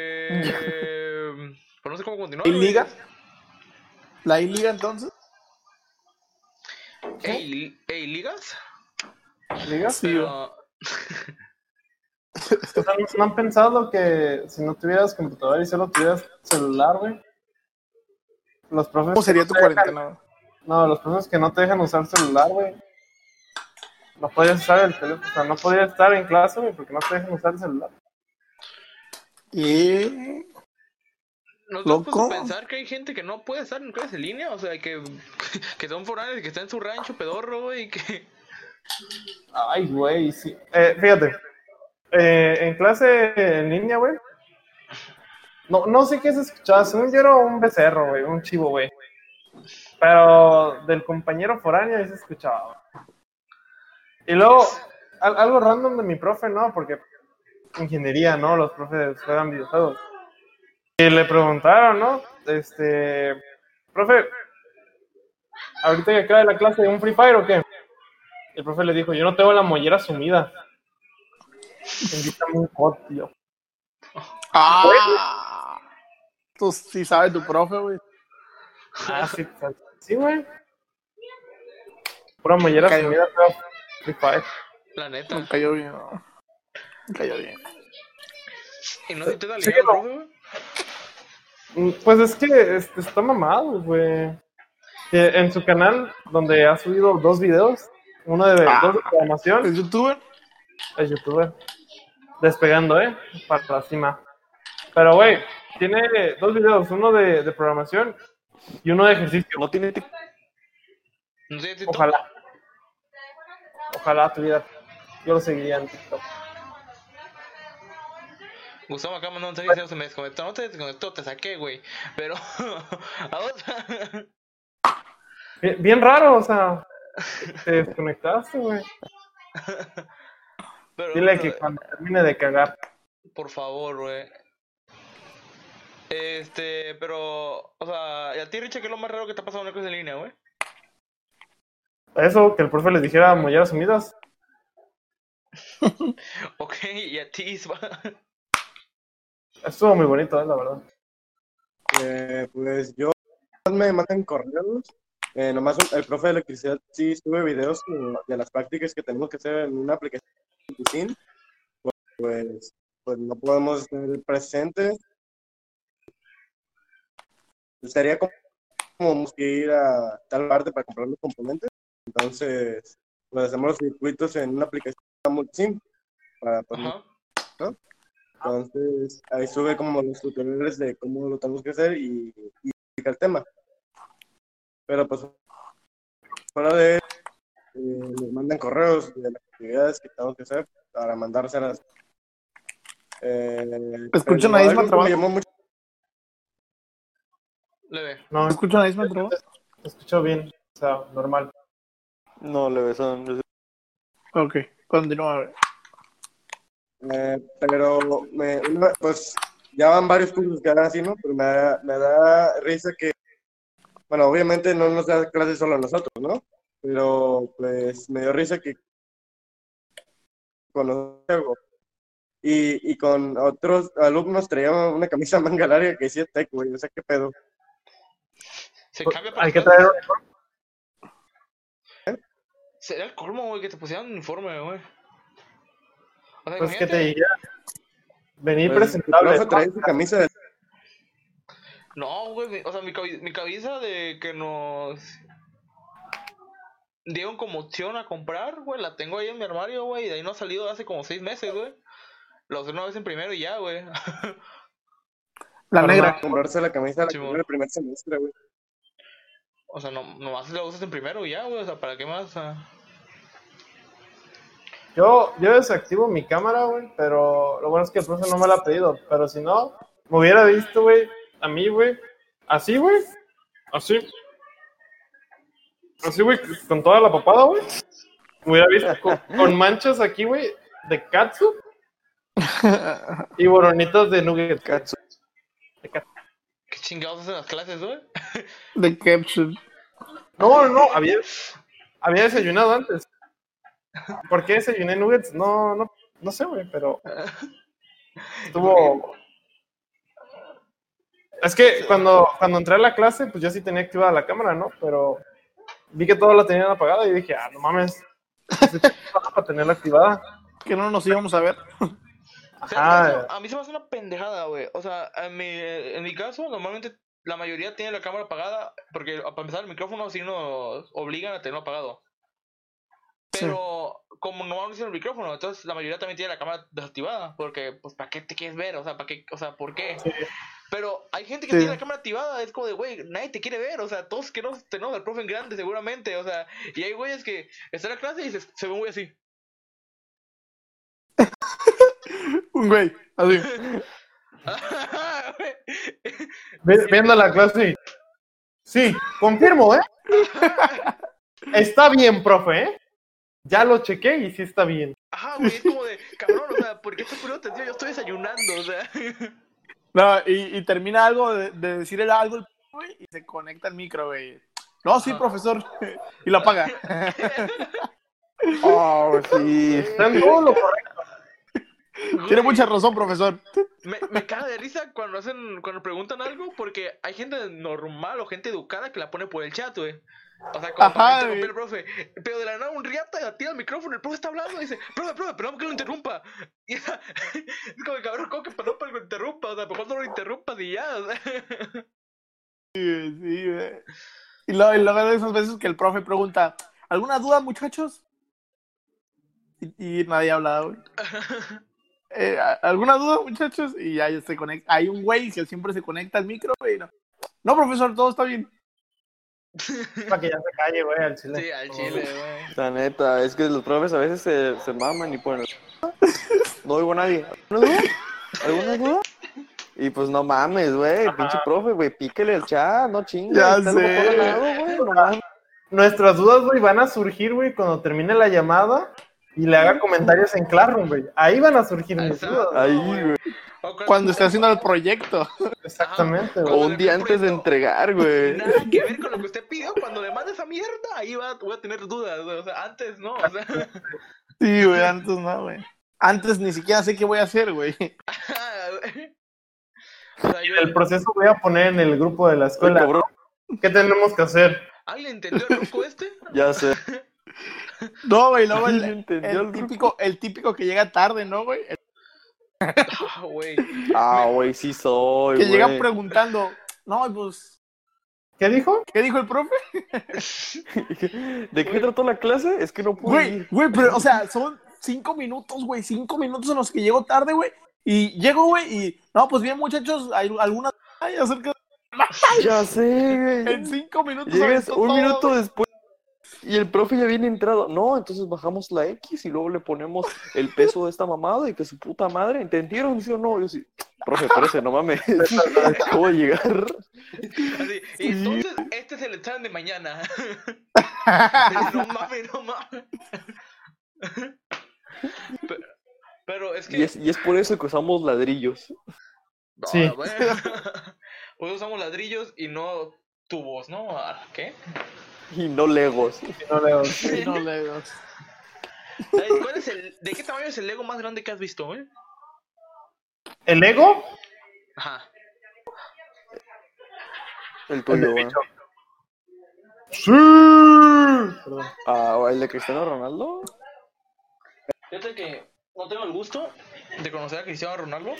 Este. Pues no sé cómo continuar. ¿Y güey. liga? ¿La I-Liga entonces? ¿Ey, li- ey, ligas? Digas, Sí, güey. Pero- o sea, ¿no han pensado que si no tuvieras computadora y solo tuvieras celular, güey? Los profes ¿Cómo sería tu no te dejan- cuarentena? No, los profes que no te dejan usar celular, güey. No podías usar el teléfono, o sea, no podías estar en clase, güey, porque no te dejan usar el celular. Y ¿No Loco. te puedes pues pensar que hay gente que no puede estar en clase en línea? O sea, que, que son foráneos, que están en su rancho pedorro, güey, y que... Ay, güey, sí. Eh, fíjate, eh, en clase en línea, güey. No, no sé qué se escuchaba. Según yo era un becerro, güey, un chivo, güey. Pero del compañero foráneo ahí se escuchaba. güey. Y luego, al- algo random de mi profe, ¿no? Porque ingeniería, ¿no? Los profes juegan videojuegos. Y le preguntaron, ¿no? Este, profe, ahorita que acaba la clase, ¿un Free Fire o qué? El profe le dijo, yo no tengo la mollera sumida. Invítame un cot, tío. Ah, tú sí sabes tu profe, güey. Ah, sí, pues, sí, güey. Pura mollera Cayó. sumida, pero Free Fire. La neta. Me cayó bien. ¿no? Me cayó bien. ¿Y no se te da Sí, ligado, no. profe, güey? Mm, Pues es que este, está mamado, güey. Que En su canal, donde ha subido dos videos, uno de, Ah. dos de programación, ¿Es youtuber? es youtuber. Despegando, ¿eh? Para la cima. Pero, güey, tiene dos videos, uno de, de programación y uno de ejercicio. No tiene tic- No sé, te Ojalá. Ojalá tuviera. Yo lo seguiría en TikTok. Gustavo acá mandó un mensaje diciendo se me desconectó. No te desconectó, te saqué, güey. Pero... a otra. Bien, bien raro, o sea. Te desconectaste, güey. Pero, Dile o que sea, cuando termine de cagar. Por favor, güey. Este, pero... O sea, ¿y a ti, Richard, qué es lo más raro que te ha pasado en una cosa en línea, güey? Eso que el profe les dijera molleras unidas. Ok, y a ti, Isma? Estuvo muy bonito, eh, la verdad. Eh, pues yo me mandan correos. Eh, nomás un- el profe de electricidad sí sube videos eh, de las prácticas que tenemos que hacer en una aplicación de Tucin. Pues, pues no podemos estar presentes. Sería como, como que ir a tal parte para comprar los componentes. Entonces, pues hacemos los circuitos en una aplicación multisim para poner Ajá. entonces, ahí sube como los tutoriales de cómo lo tenemos que hacer y, y explica el tema. Pero pues, fuera de eh, nos mandan correos de las actividades que tenemos que hacer para mandárselas. Eh, Escuchan pero a Isma algo que trabajo. Me llamó mucho Le ve. No, ¿Me escuchan ahí, Ismael? se escuchó bien. O sea, normal. No, le besan. Ok, continúa. güey. Eh, pero me, una- pues ya van varios cursos que ahora así, ¿no? Pero me da, me da risa que, bueno, obviamente no nos da clases solo a nosotros, ¿no? Pero pues me dio risa que con los- y, y con otros alumnos traía una camisa manga larga que decía Tech, güey, o sea, qué pedo. Se cambia para... Pues, Hay que traer. Sería el colmo, güey, que te pusieran un uniforme, güey. O sea, Pues que te imagínate- diga. Venir Pues, el presentable. profe traía su camisa de No, güey, mi- o sea, mi, cabi- mi cabeza de que nos dieron como opción a comprar, güey, la tengo ahí en mi armario, güey, y de ahí no ha salido hace como seis meses, güey. La usé una vez en primero y ya, güey. La Normal. negra. comprarse la camisa de la Simón. primera- el primer semestre, güey. O sea, no, nomás la usas en primero y ya, güey, o sea, ¿para qué más? O sea, Yo, yo desactivo mi cámara, güey, pero lo bueno es que el profe no me la ha pedido. Pero si no, me hubiera visto, güey, a mí, güey, así, güey, así. Así, güey, con toda la papada, güey. Me hubiera visto con, con manchas aquí, güey, de katsu y boronitas de nugget. Katsu. ¿qué chingados hacen las clases, güey? De pues, Capture. No, no, había, había desayunado antes. ¿Por qué desayuné nuggets? No, no, no sé, güey, pero estuvo. Es que cuando, cuando entré a la clase, pues yo sí tenía activada la cámara, ¿no? Pero vi que todos la tenían apagada y dije, ah, no mames, ese chico paga para tenerla activada. Que no nos íbamos a ver. O sea, Ajá. eso- a mí se me hace una pendejada, güey. O sea, en mi, en mi caso, normalmente la mayoría tiene la cámara apagada, porque a- para empezar el micrófono sí nos obligan a tenerlo apagado. Pero como nomás no tiene el micrófono, entonces la mayoría también tiene la cámara desactivada, porque, pues, ¿para qué te quieres ver? O sea, ¿para qué? O sea, ¿por qué? Pero hay gente que Sí. tiene la cámara activada, es como de, güey, nadie te quiere ver, o sea, todos que no tenemos al profe en grande seguramente, o sea, y hay güeyes que está en la clase y se, se ve muy así. Un güey, así. Ah, Ve- Viendo la clase. y- Sí, confirmo, ¿eh? Está bien, profe, ¿eh? Ya lo chequé y sí está bien. Ajá, güey, es como de, cabrón, o sea, ¿por qué estás poniendo atención? Yo estoy desayunando, o sea. No, y, y termina algo de, de decir el- algo el güey, y se conecta el micro, güey. No, sí, Ah. profesor. y lo apaga. Oh, sí. Está en todo lo correcto. Tiene Güey, mucha razón, profesor. Me, me caga de risa cuando hacen, cuando preguntan algo, porque hay gente normal o gente educada que la pone por el chat, güey. O sea, como para Ajá, no interrumpir al profe. Pero de la nada un riata y tira el micrófono, el profe está hablando y dice, profe, profe, perdón que lo interrumpa. Y es como cabrón, ¿cómo que perdón para que lo interrumpa? O sea, mejor no lo interrumpas y ya. o sea. Sí, sí, güey. Y luego, y luego de esas veces que el profe pregunta, ¿alguna duda, muchachos? Y, y nadie habla, güey. Eh, ¿a- ¿Alguna duda, muchachos? Y ya se conecta. Hay un güey que siempre se conecta al micro, güey. No, no profesor, todo está bien. Para que ya se calle, güey, al chile. Sí, al chile, güey. La neta, es que los profes a veces se, se maman y ponen. No oigo a nadie. ¿Alguna duda? ¿Alguna duda? Y pues no mames, güey. Pinche profe, güey. Píquele el chat, no chingues. Ya está en lo mejor sé. ganado, güey, no mames. Nuestras dudas, güey, van a surgir, güey, cuando termine la llamada y le haga comentarios en Classroom, güey. Ahí van a surgir mis Exacto. dudas. Ahí, güey. O Cuando está haciendo el proyecto. Exactamente, O güey. un día antes de entregar, güey. Nada que ver con lo que usted pidió, cuando le mande esa mierda, ahí va, voy a tener dudas, güey. o sea, antes no, o sea. Sí, güey, antes no, güey. Antes ni siquiera sé qué voy a hacer, güey. O sea, yo- El proceso voy a poner en el grupo de la Ay, escuela. cabrón, ¿Qué tenemos que hacer? ¿Alguien entendió el ruco este? ya sé. No, güey, luego Ay, el, yo entendí el al típico, el típico que llega tarde, ¿no, güey? El Ah, güey. Ah, güey, sí soy, que güey. llega preguntando, no, pues, ¿Qué dijo? ¿qué dijo el profe? ¿De qué trató la clase? Es que no pude Güey, ir. güey, pero, o sea, son cinco minutos, güey, cinco minutos en los que llego tarde, güey. Y llego, güey, y, no, pues bien, muchachos, ¿hay alguna... Ay, acerca... Ya sé, güey. En cinco minutos... Llegas aventó un todo, minuto güey. después y el profe ya viene entrado. No, entonces bajamos la X y luego le ponemos el peso de esta mamada y que su puta madre. ¿Entendieron? Dice, no, yo sí. Profe, parece, no mames. ¿Cómo llegar? Así, y entonces, este es el examen de mañana. no mames, no mames. Pero, pero es que. Y es, y es por eso que usamos ladrillos. No, Sí. bueno. Hoy usamos ladrillos y no tubos, ¿no? Ah, ¿Qué? Y no legos. No leo. Sí, no, le digo. ¿Sabes Eh, cuál es el, ¿De qué tamaño es el Lego más grande que has visto, eh? güey? ¿El ego? Ajá. El tuyo, güey. Sí. Perdón. Ah, güey, el de Cristiano Ronaldo. Fíjate que no tengo el gusto de conocer a Cristiano Ronaldo,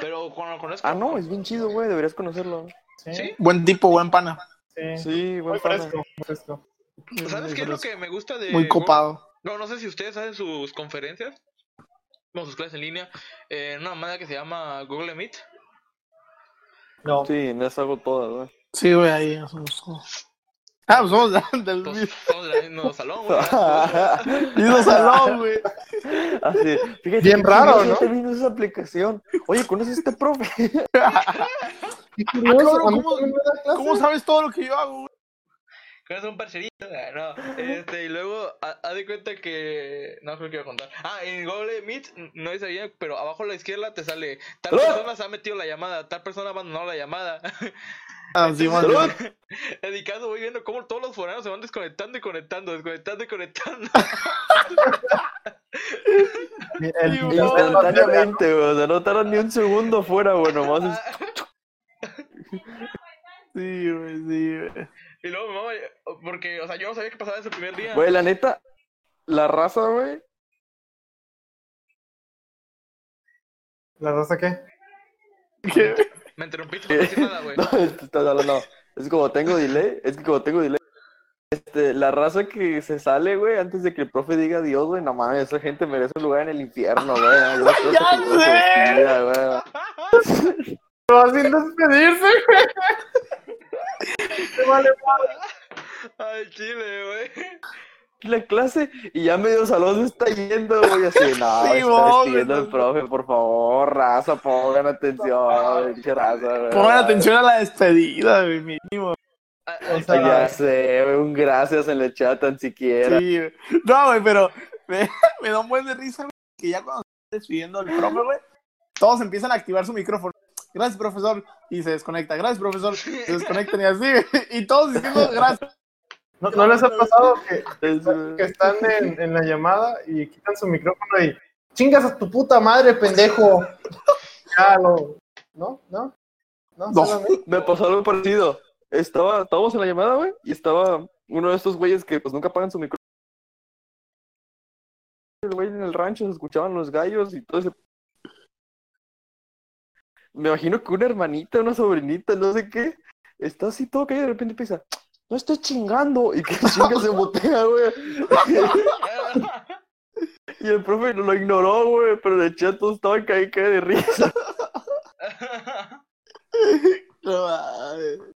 pero cuando lo conozco. Ah, no, es bien chido, güey. Deberías conocerlo. Sí, Sí. sí. Buen tipo, buen pana, Sí, Muy güey. fresco, muy fresco. ¿Sabes qué es lo que me gusta de. pues, muy copado. No, no sé si ustedes hacen sus conferencias o sus clases en línea eh, en una madre que se llama Google Meet. No. Sí, en eso hago todas, güey. Sí, güey, ahí somos... Ah, pues somos del Todos, mismo todos en el mismo salón, güey. Así, mismo salón, güey. fíjate, Bien raro, yo ¿no? también uso esa aplicación. Oye, ¿conoces a este profe? Qué curioso, cabrón, a mí Ah, ¿cómo- también me da clase. ¿Cómo sabes todo lo que yo hago, güey? Que es un parcerito. eh, No, este, y luego, ha- haz de cuenta que. No creo que iba a contar. Ah, en Google Meet, n- no dice bien, pero abajo a la izquierda te sale. Tal ¡Salud! persona se ha metido la llamada, tal persona ha abandonado la llamada. Ah, sí, madre. ¡Salud! Dedicado, voy viendo cómo todos los foráneos se van desconectando y conectando, desconectando y conectando. El- Sí, güey. Instantáneamente, güey. O sea, no tardan ni un segundo fuera, güey. Nomás es- Sí, güey, sí, güey. Y luego, mi mamá, porque, o sea, yo no sabía qué pasaba ese primer día. Güey, la neta, la raza, güey. ¿La raza qué? ¿Qué? Me interrumpiste por decir nada, güey. No, es- no, no, no. Es como tengo delay. Es que como tengo delay. Este, la raza que se sale, güey, antes de que el profe diga Dios, güey, no mames, esa gente merece un lugar en el infierno, güey. Yo creo ¡Ya que el profe sé! se despida, güey. Pero así no despedirse, güey. Te vale madre. Al chile, güey. La clase y ya medio salón se está yendo, güey, así, no, Sí, está vos, despidiendo el profe, por favor, raza, pongan atención, pinche raza, güey. Pongan atención a la despedida, güey. mi- A- O Ay, Ya sea, sé, güey, un gracias en el chat tan siquiera. Sí, güey. No, güey, pero me, me da un buen de risa, güey, que ya cuando se está despidiendo el profe, güey, todos empiezan a activar su micrófono. Gracias, profesor. Y se desconecta. Gracias, profesor. Se desconectan y así. güey. Y todos diciendo gracias. ¿no, no les ha pasado que, Es, güey, que están en, en la llamada y quitan su micrófono y chingas a tu puta madre, pendejo? Ya lo. ¿No? ¿No? ¿No? No. solamente- Me pasó algo parecido. Estaba, estábamos en la llamada, güey, y estaba uno de estos güeyes que pues nunca pagan su micrófono. El güey en el rancho se escuchaban los gallos y todo ese... Me imagino que una hermanita, una sobrinita, no sé qué, está así todo caído y de repente empieza, no estoy chingando, y que chinga se botea, güey. ah. y el profe lo ignoró, güey, pero en el chat todos estaban caídos de risa. No, mames.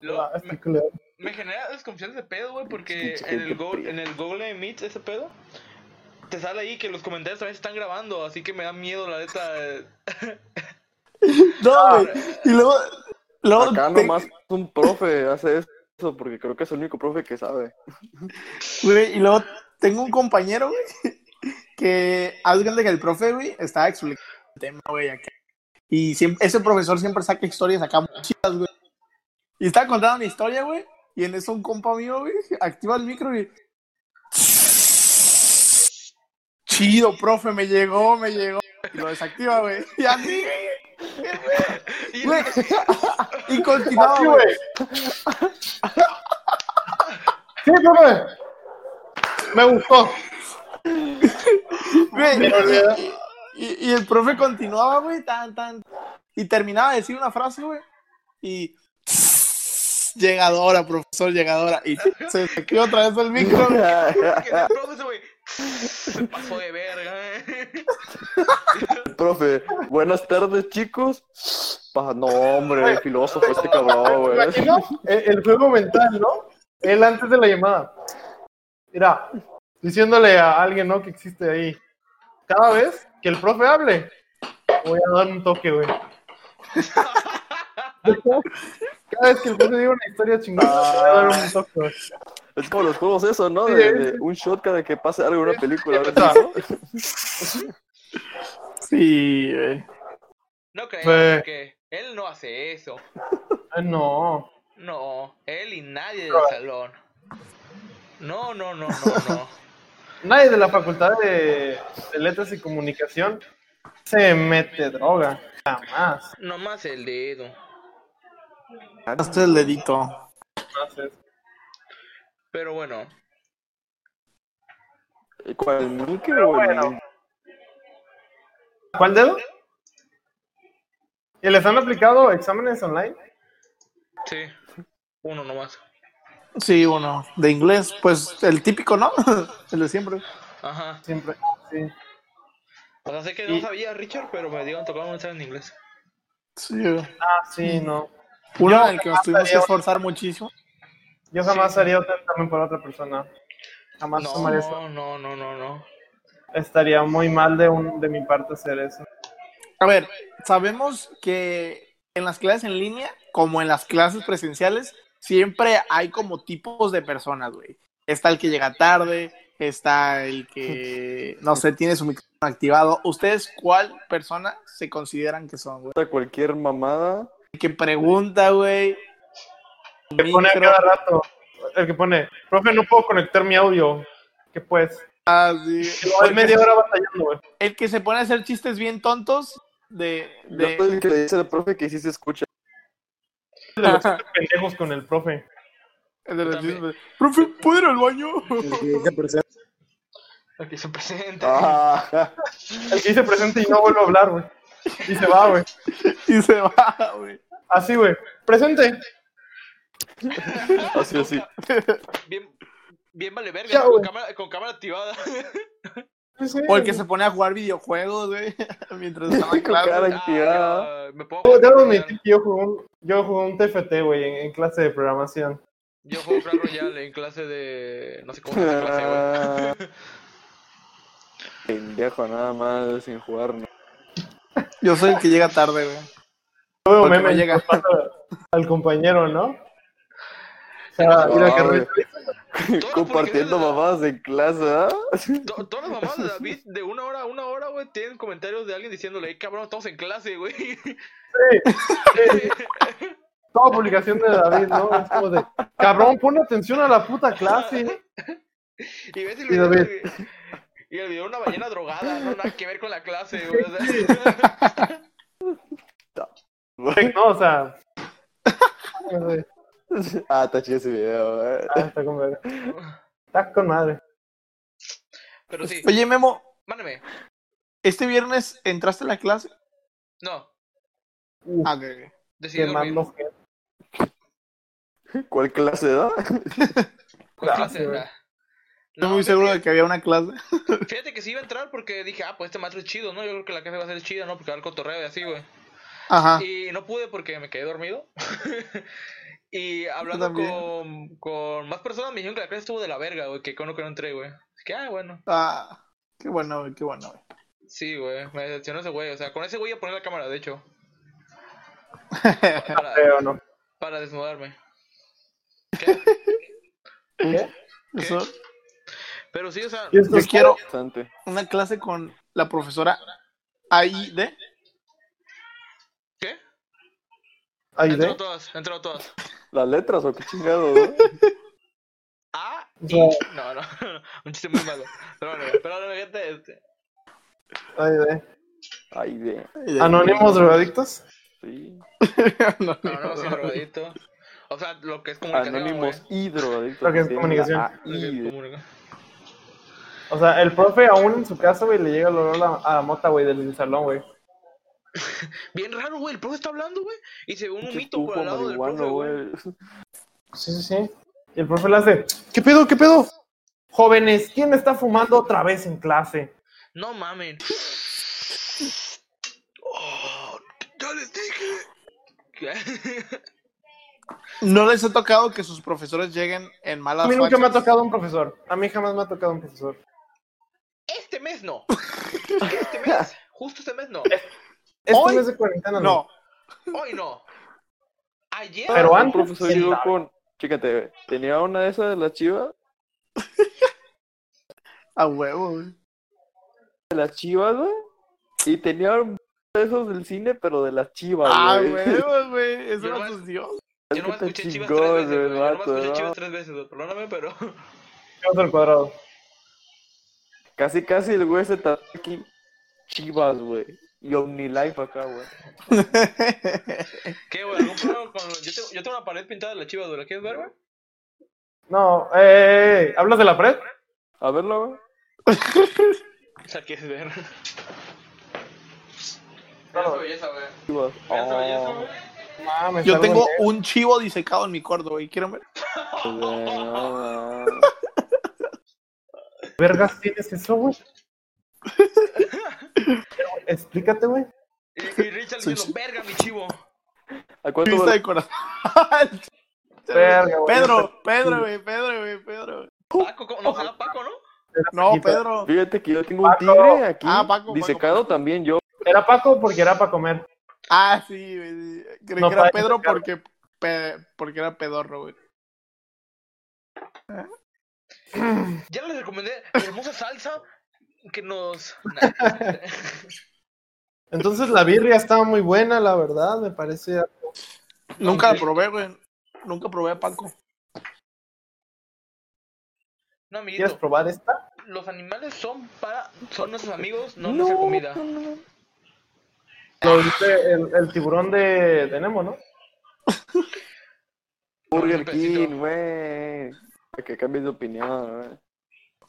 Lo- Ah, este culero. Me genera desconfianza ese pedo, güey, porque Pinche en el, gente Go- fría. en el Google Meet ese pedo, te sale ahí que los comentarios también se están grabando, así que me da miedo, la neta. eh. No, güey. Y luego. luego Acá te- nomás un profe hace eso porque creo que es el único profe que sabe. Güey, y luego tengo un compañero, güey, que haz de cuenta que el profe, güey, estaba explicando el tema, güey, acá. Y siempre, ese profesor siempre saca historias acá muy chidas, güey. Y estaba contando una historia, güey, y en eso un compa mío, güey, activa el micro y... Chido, profe, me llegó, me llegó. Y lo desactiva, güey. Y así, Y- güey. Y continuaba, Sí, güey. güey. Sí, profe. Me gustó. Güey, Me olvidé. Y, y el profe continuaba, güey, tan, tan. Y terminaba de decir una frase, güey. Y. Llegadora, profesor, llegadora. Y se saqueó otra vez el micro. güey. que el profe ese güey, se pasó de verga, eh. profe, buenas tardes, chicos. Pa- no, hombre, filósofo este cabrón, ¿Te güey. imaginas? Pues, El, el juego mental, ¿no? Él antes de la llamada. Mira, diciéndole a alguien, ¿no? Que existe ahí. Cada vez que el profe hable, voy a dar un toque, güey. Cada vez que el profe diga una historia chingada, voy a dar un toque, güey. Es como los juegos eso, ¿no? Sí, De, sí. de un shot cada que pase algo en una película. sí, ¿verdad? Sí, güey. No creo, Fue- porque él no hace eso. Ah, no. No, él y nadie del salón. No, no, no, no, no. Nadie de la facultad de, de letras y comunicación se mete droga. Jamás. Nomás el dedo. Hasta el dedito. jamás es. Pero bueno, ¿Cuál? ¿El micro o el- bueno. ¿Cuál dedo? ¿Y les han aplicado exámenes online? sí. Uno nomás. Sí, uno. De inglés, pues el típico, ¿no? El de siempre. Ajá. Siempre. Sí. O sea, sé que no Y- sabía Richard, pero me dieron tocar un examen en inglés. Sí, güey. Ah, sí, no. Uno en el que nos tuvimos que esforzar muchísimo. Yo jamás haría otro examen por otra persona. Jamás No, tomaría Ah, eso. no, no, no, no, no. Estaría muy mal de, un, de mi parte hacer eso. A ver, sabemos que en las clases en línea, como en las clases presenciales, siempre hay como tipos de personas, güey. Está el que llega tarde, está el que, no sé, tiene su micrófono activado. ¿Ustedes cuál persona se consideran que son, güey? cualquier mamada? El que pregunta, güey. Que pone a Micro. cada rato. El que pone, profe, no puedo conectar mi audio. ¿Qué pues? Ah, sí. Voy media hora batallando, güey. El que se pone a hacer chistes bien tontos de... Yo de- soy el que le dice al profe que sí se escucha. De los pendejos con el profe. de los también. chistes. Profe, ¿puedo ir al baño? Aquí se presenta. Ah, El que se presente y no vuelve a hablar, güey. Y se va, güey. Y se va, güey. Así, güey. Presente. Así, así. Bien, bien vale verga, Ya, con, güey. cámara, con cámara activada. O el que se pone a jugar videojuegos, güey. Mientras estaba en Con clase. cara activada. Ah, me puedo Debo- Este, Debo jugar, admitir que yo jugué un, yo jugué un TFT, güey, en, en clase de programación. Yo juego Clash Royale en clase de. No sé cómo se llama clase, güey. Ah, Pendejo, nada más sin jugar. ¿no? Yo soy el que llega tarde, güey. Yo veo Porque no memes llega. culpando al compañero, ¿no? O sea, No, Ah, mira que güey. risa. Compartiendo mamadas en claás, ¿ah? To- Todas las mamás de David, de una hora a una hora, güey, tienen comentarios de alguien diciéndole, "Ey, cabrón, estamos en clase, güey. toda publicación de David, ¿no? Es como de, cabrón, pon atención a la puta clase. Y ves el Y video. David. de- Y el video de una ballena drogada, no nada que ver con la clase, güey. o sea. No, o sea. Ah, está chido ese video. eh. Ah, Está con, madre. Está con madre. Pero sí, Oye, Memo, mándame. ¿este viernes entraste a la clase? No, Uf, Ah, ok, ok. decidí dormir. quemando gente. ¿Cuál clase da? ¿Cuál clase? güey. Ah. Estoy No, muy fíjate- seguro de que había una clase. Fíjate que sí iba a entrar porque dije, ah, pues este maestro es chido, ¿no? Yo creo que la clase va a ser chida, ¿no? Porque va al cotorreo y así, güey. Ajá. Y no pude porque me quedé dormido. y hablando también. con, con más personas me dijeron que la clase estuvo de la verga, güey, que con lo que no entré, güey. Así que, ah, bueno. Ah, qué bueno, güey, qué bueno, güey. Sí, güey, me decepcionó ese güey. O sea, con ese güey iba a poner la cámara, de hecho. Creo, Para, ¿no? para desnudarme. ¿Qué? Eso, Pero sí, o sea, Y esto yo es- quiero Bastante. una clase con la profesora AID. ¿qué? Ay, Entró de- todas, entró todas. ¿Las letras o qué chingado? eh? Ah, o sea, no, no, un chiste muy malo. Pero bueno, güey, pero bueno, gente, este, ay, de- Ay, de. Anónimos drogadictos. Sí. No, no, no, no, soy drogadicto. O sea, lo que es comunicación, Anónimos güey. hidroadictos. Creo que es comunicación. ah, Lo que es Ahí, comunica- O sea, el profe aún en su casa, güey, le llega el olor a la, a la mota, güey, del salón, güey. Bien raro, güey. El profe está hablando, güey. Y se ve un humito por Chupo al lado del profe, marihuano, güey. güey. Sí, sí, sí. Y el profe le hace, ¿qué pedo, qué pedo? Ah, Jóvenes, ¿quién está fumando otra vez en clase? No mamen. Oh, ya les dije. ¿Qué? ¿No les ha tocado que sus profesores lleguen en malas A mí nunca me ha fachas? tocado un profesor. A mí jamás me ha tocado un profesor. Este mes no. Este mes. Justo este mes no. Este ¿Hoy? mes de cuarentena no. No, Hoy no. Ayer. Pero Un antes, profesor ¿quién llegó sabe? con. Chécate, güey, tenía una de esas de las chivas. a huevo, güey. De las chivas, güey. Y tenía un de esos del cine, pero de las chivas, Ah, güey. huevo, güey. Eso Yo no nomás- sucedió. Yo no me Está escuché chivas tres chingón, veces, güey. el Yo no vato, escuché ¿no? chivas tres veces, güey. Perdóname, pero. Chivas al cuadrado. Casi, casi el güey se tatuó aquí. Chivas, güey. Y OmniLife acá, güey. ¿Qué, güey? ¿Algún problema con.? Yo tengo, yo tengo una pared pintada de las chivas, güey. ¿La quieres ver, güey? No, eh, eh, ¿hablas de la pared? A verlo, güey. ¿La quieres ver? Mira Claro. su belleza, güey. Chivas. Mira su belleza, Oh, güey. Mames, Yo algo tengo de- un chivo disecado en mi cuerpo, güey. ¿Quieren ver? güey, no, mames. ¿Vergas tienes eso, güey? Explícate, güey. Y, y Richard diciendo, verga, mi chivo. ¿A cuánto Vista vale? de corazón. Verga, güey. Pedro, Pedro, güey, Pedro, güey, Pedro. güey. Paco, ¿cómo? no, ojalá Paco, ¿no? No, Pedro. Fíjate que yo tengo un Paco. tigre aquí. Ah, Paco, Paco, disecado también yo. Era Paco porque era para comer. Ah, sí, güey. sí. Creí No, que era para Pedro disecar. porque, pe- porque era pedorro, güey. Ya les recomendé la hermosa salsa que nos... Nah. Entonces la birria estaba muy buena, la verdad, me parece. Nunca la probé, güey. Nunca probé a Paco. No, ¿Quieres amiguito, probar esta? los animales son para... Son nuestros amigos, no, no, nuestra comida. no, no. Lo viste el, el tiburón de, de Nemo, ¿no? Burger Un pedacito. King, güey. Para que cambies de opinión, güey.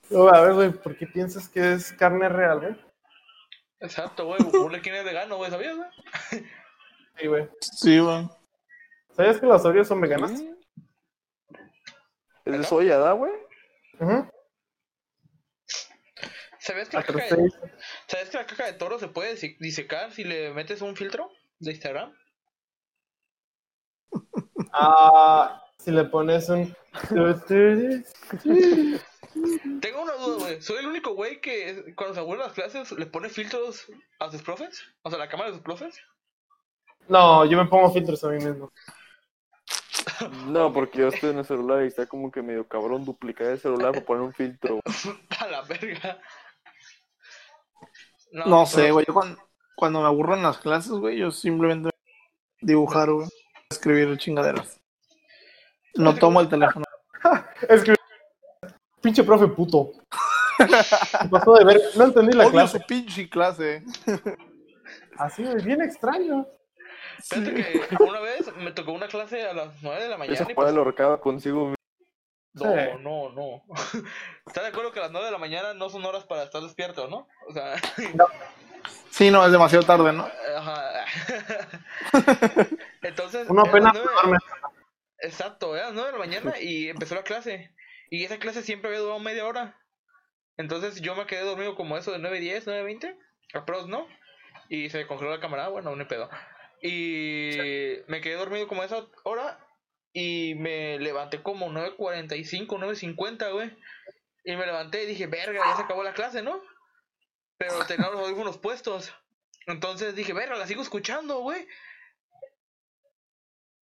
Yo, a ver, güey, ¿por qué piensas que es carne real, güey? Exacto, güey. Burger King es vegano, güey, ¿sabías, güey? Sí, güey. Sí, güey. ¿Sabías que los Oreos son veganos? Sí. Es de soya, ¿da, güey? Ujú. ¿Sabes Ah, que, la caca de, Atroceis. ¿Sabes que la caca de toro se puede dise- disecar si le metes un filtro de Instagram? Ah, si le pones un... Tengo una duda, güey. ¿Soy el único güey que cuando se aburren las clases le pone filtros a sus profes? O sea, la cámara de sus profes. No, yo me pongo filtros a mí mismo. No, porque yo estoy en el celular y está como que medio cabrón duplicar el celular para poner un filtro. A la verga. No sé, güey. Yo cuando, cuando me aburro en las clases, güey, yo simplemente dibujar, güey. Escribir chingaderas. No tomo el teléfono. Es que... Pinche profe puto. Se pasó de ver... No entendí la Odio clase. su pinche clase. Así, güey, bien extraño. Fíjate que una vez me tocó una clase a las 9 de la mañana. Esa y fue el horcado consigo mismo. No, no, no. ¿Estás de acuerdo que las 9 de la mañana no son horas para estar despierto, no? O sea, Sí, no, es demasiado tarde, ¿no? ajá. Entonces, Uno eran apenas nueve- duerme. Exacto, eran las 9 de la mañana y empezó la clase. Y esa clase siempre había durado media hora. Entonces yo me quedé dormido como eso de 9.10, 9.20. Aprox, ¿no? Y se congeló la cámara, bueno, ni pedo. Y me quedé dormido como esa hora y me levanté como 9.45, 9.50, güey. Y me levanté y dije, verga, ya se acabó la clase, ¿no? Pero tenía los audífonos puestos. Entonces dije, verga, la sigo escuchando, güey.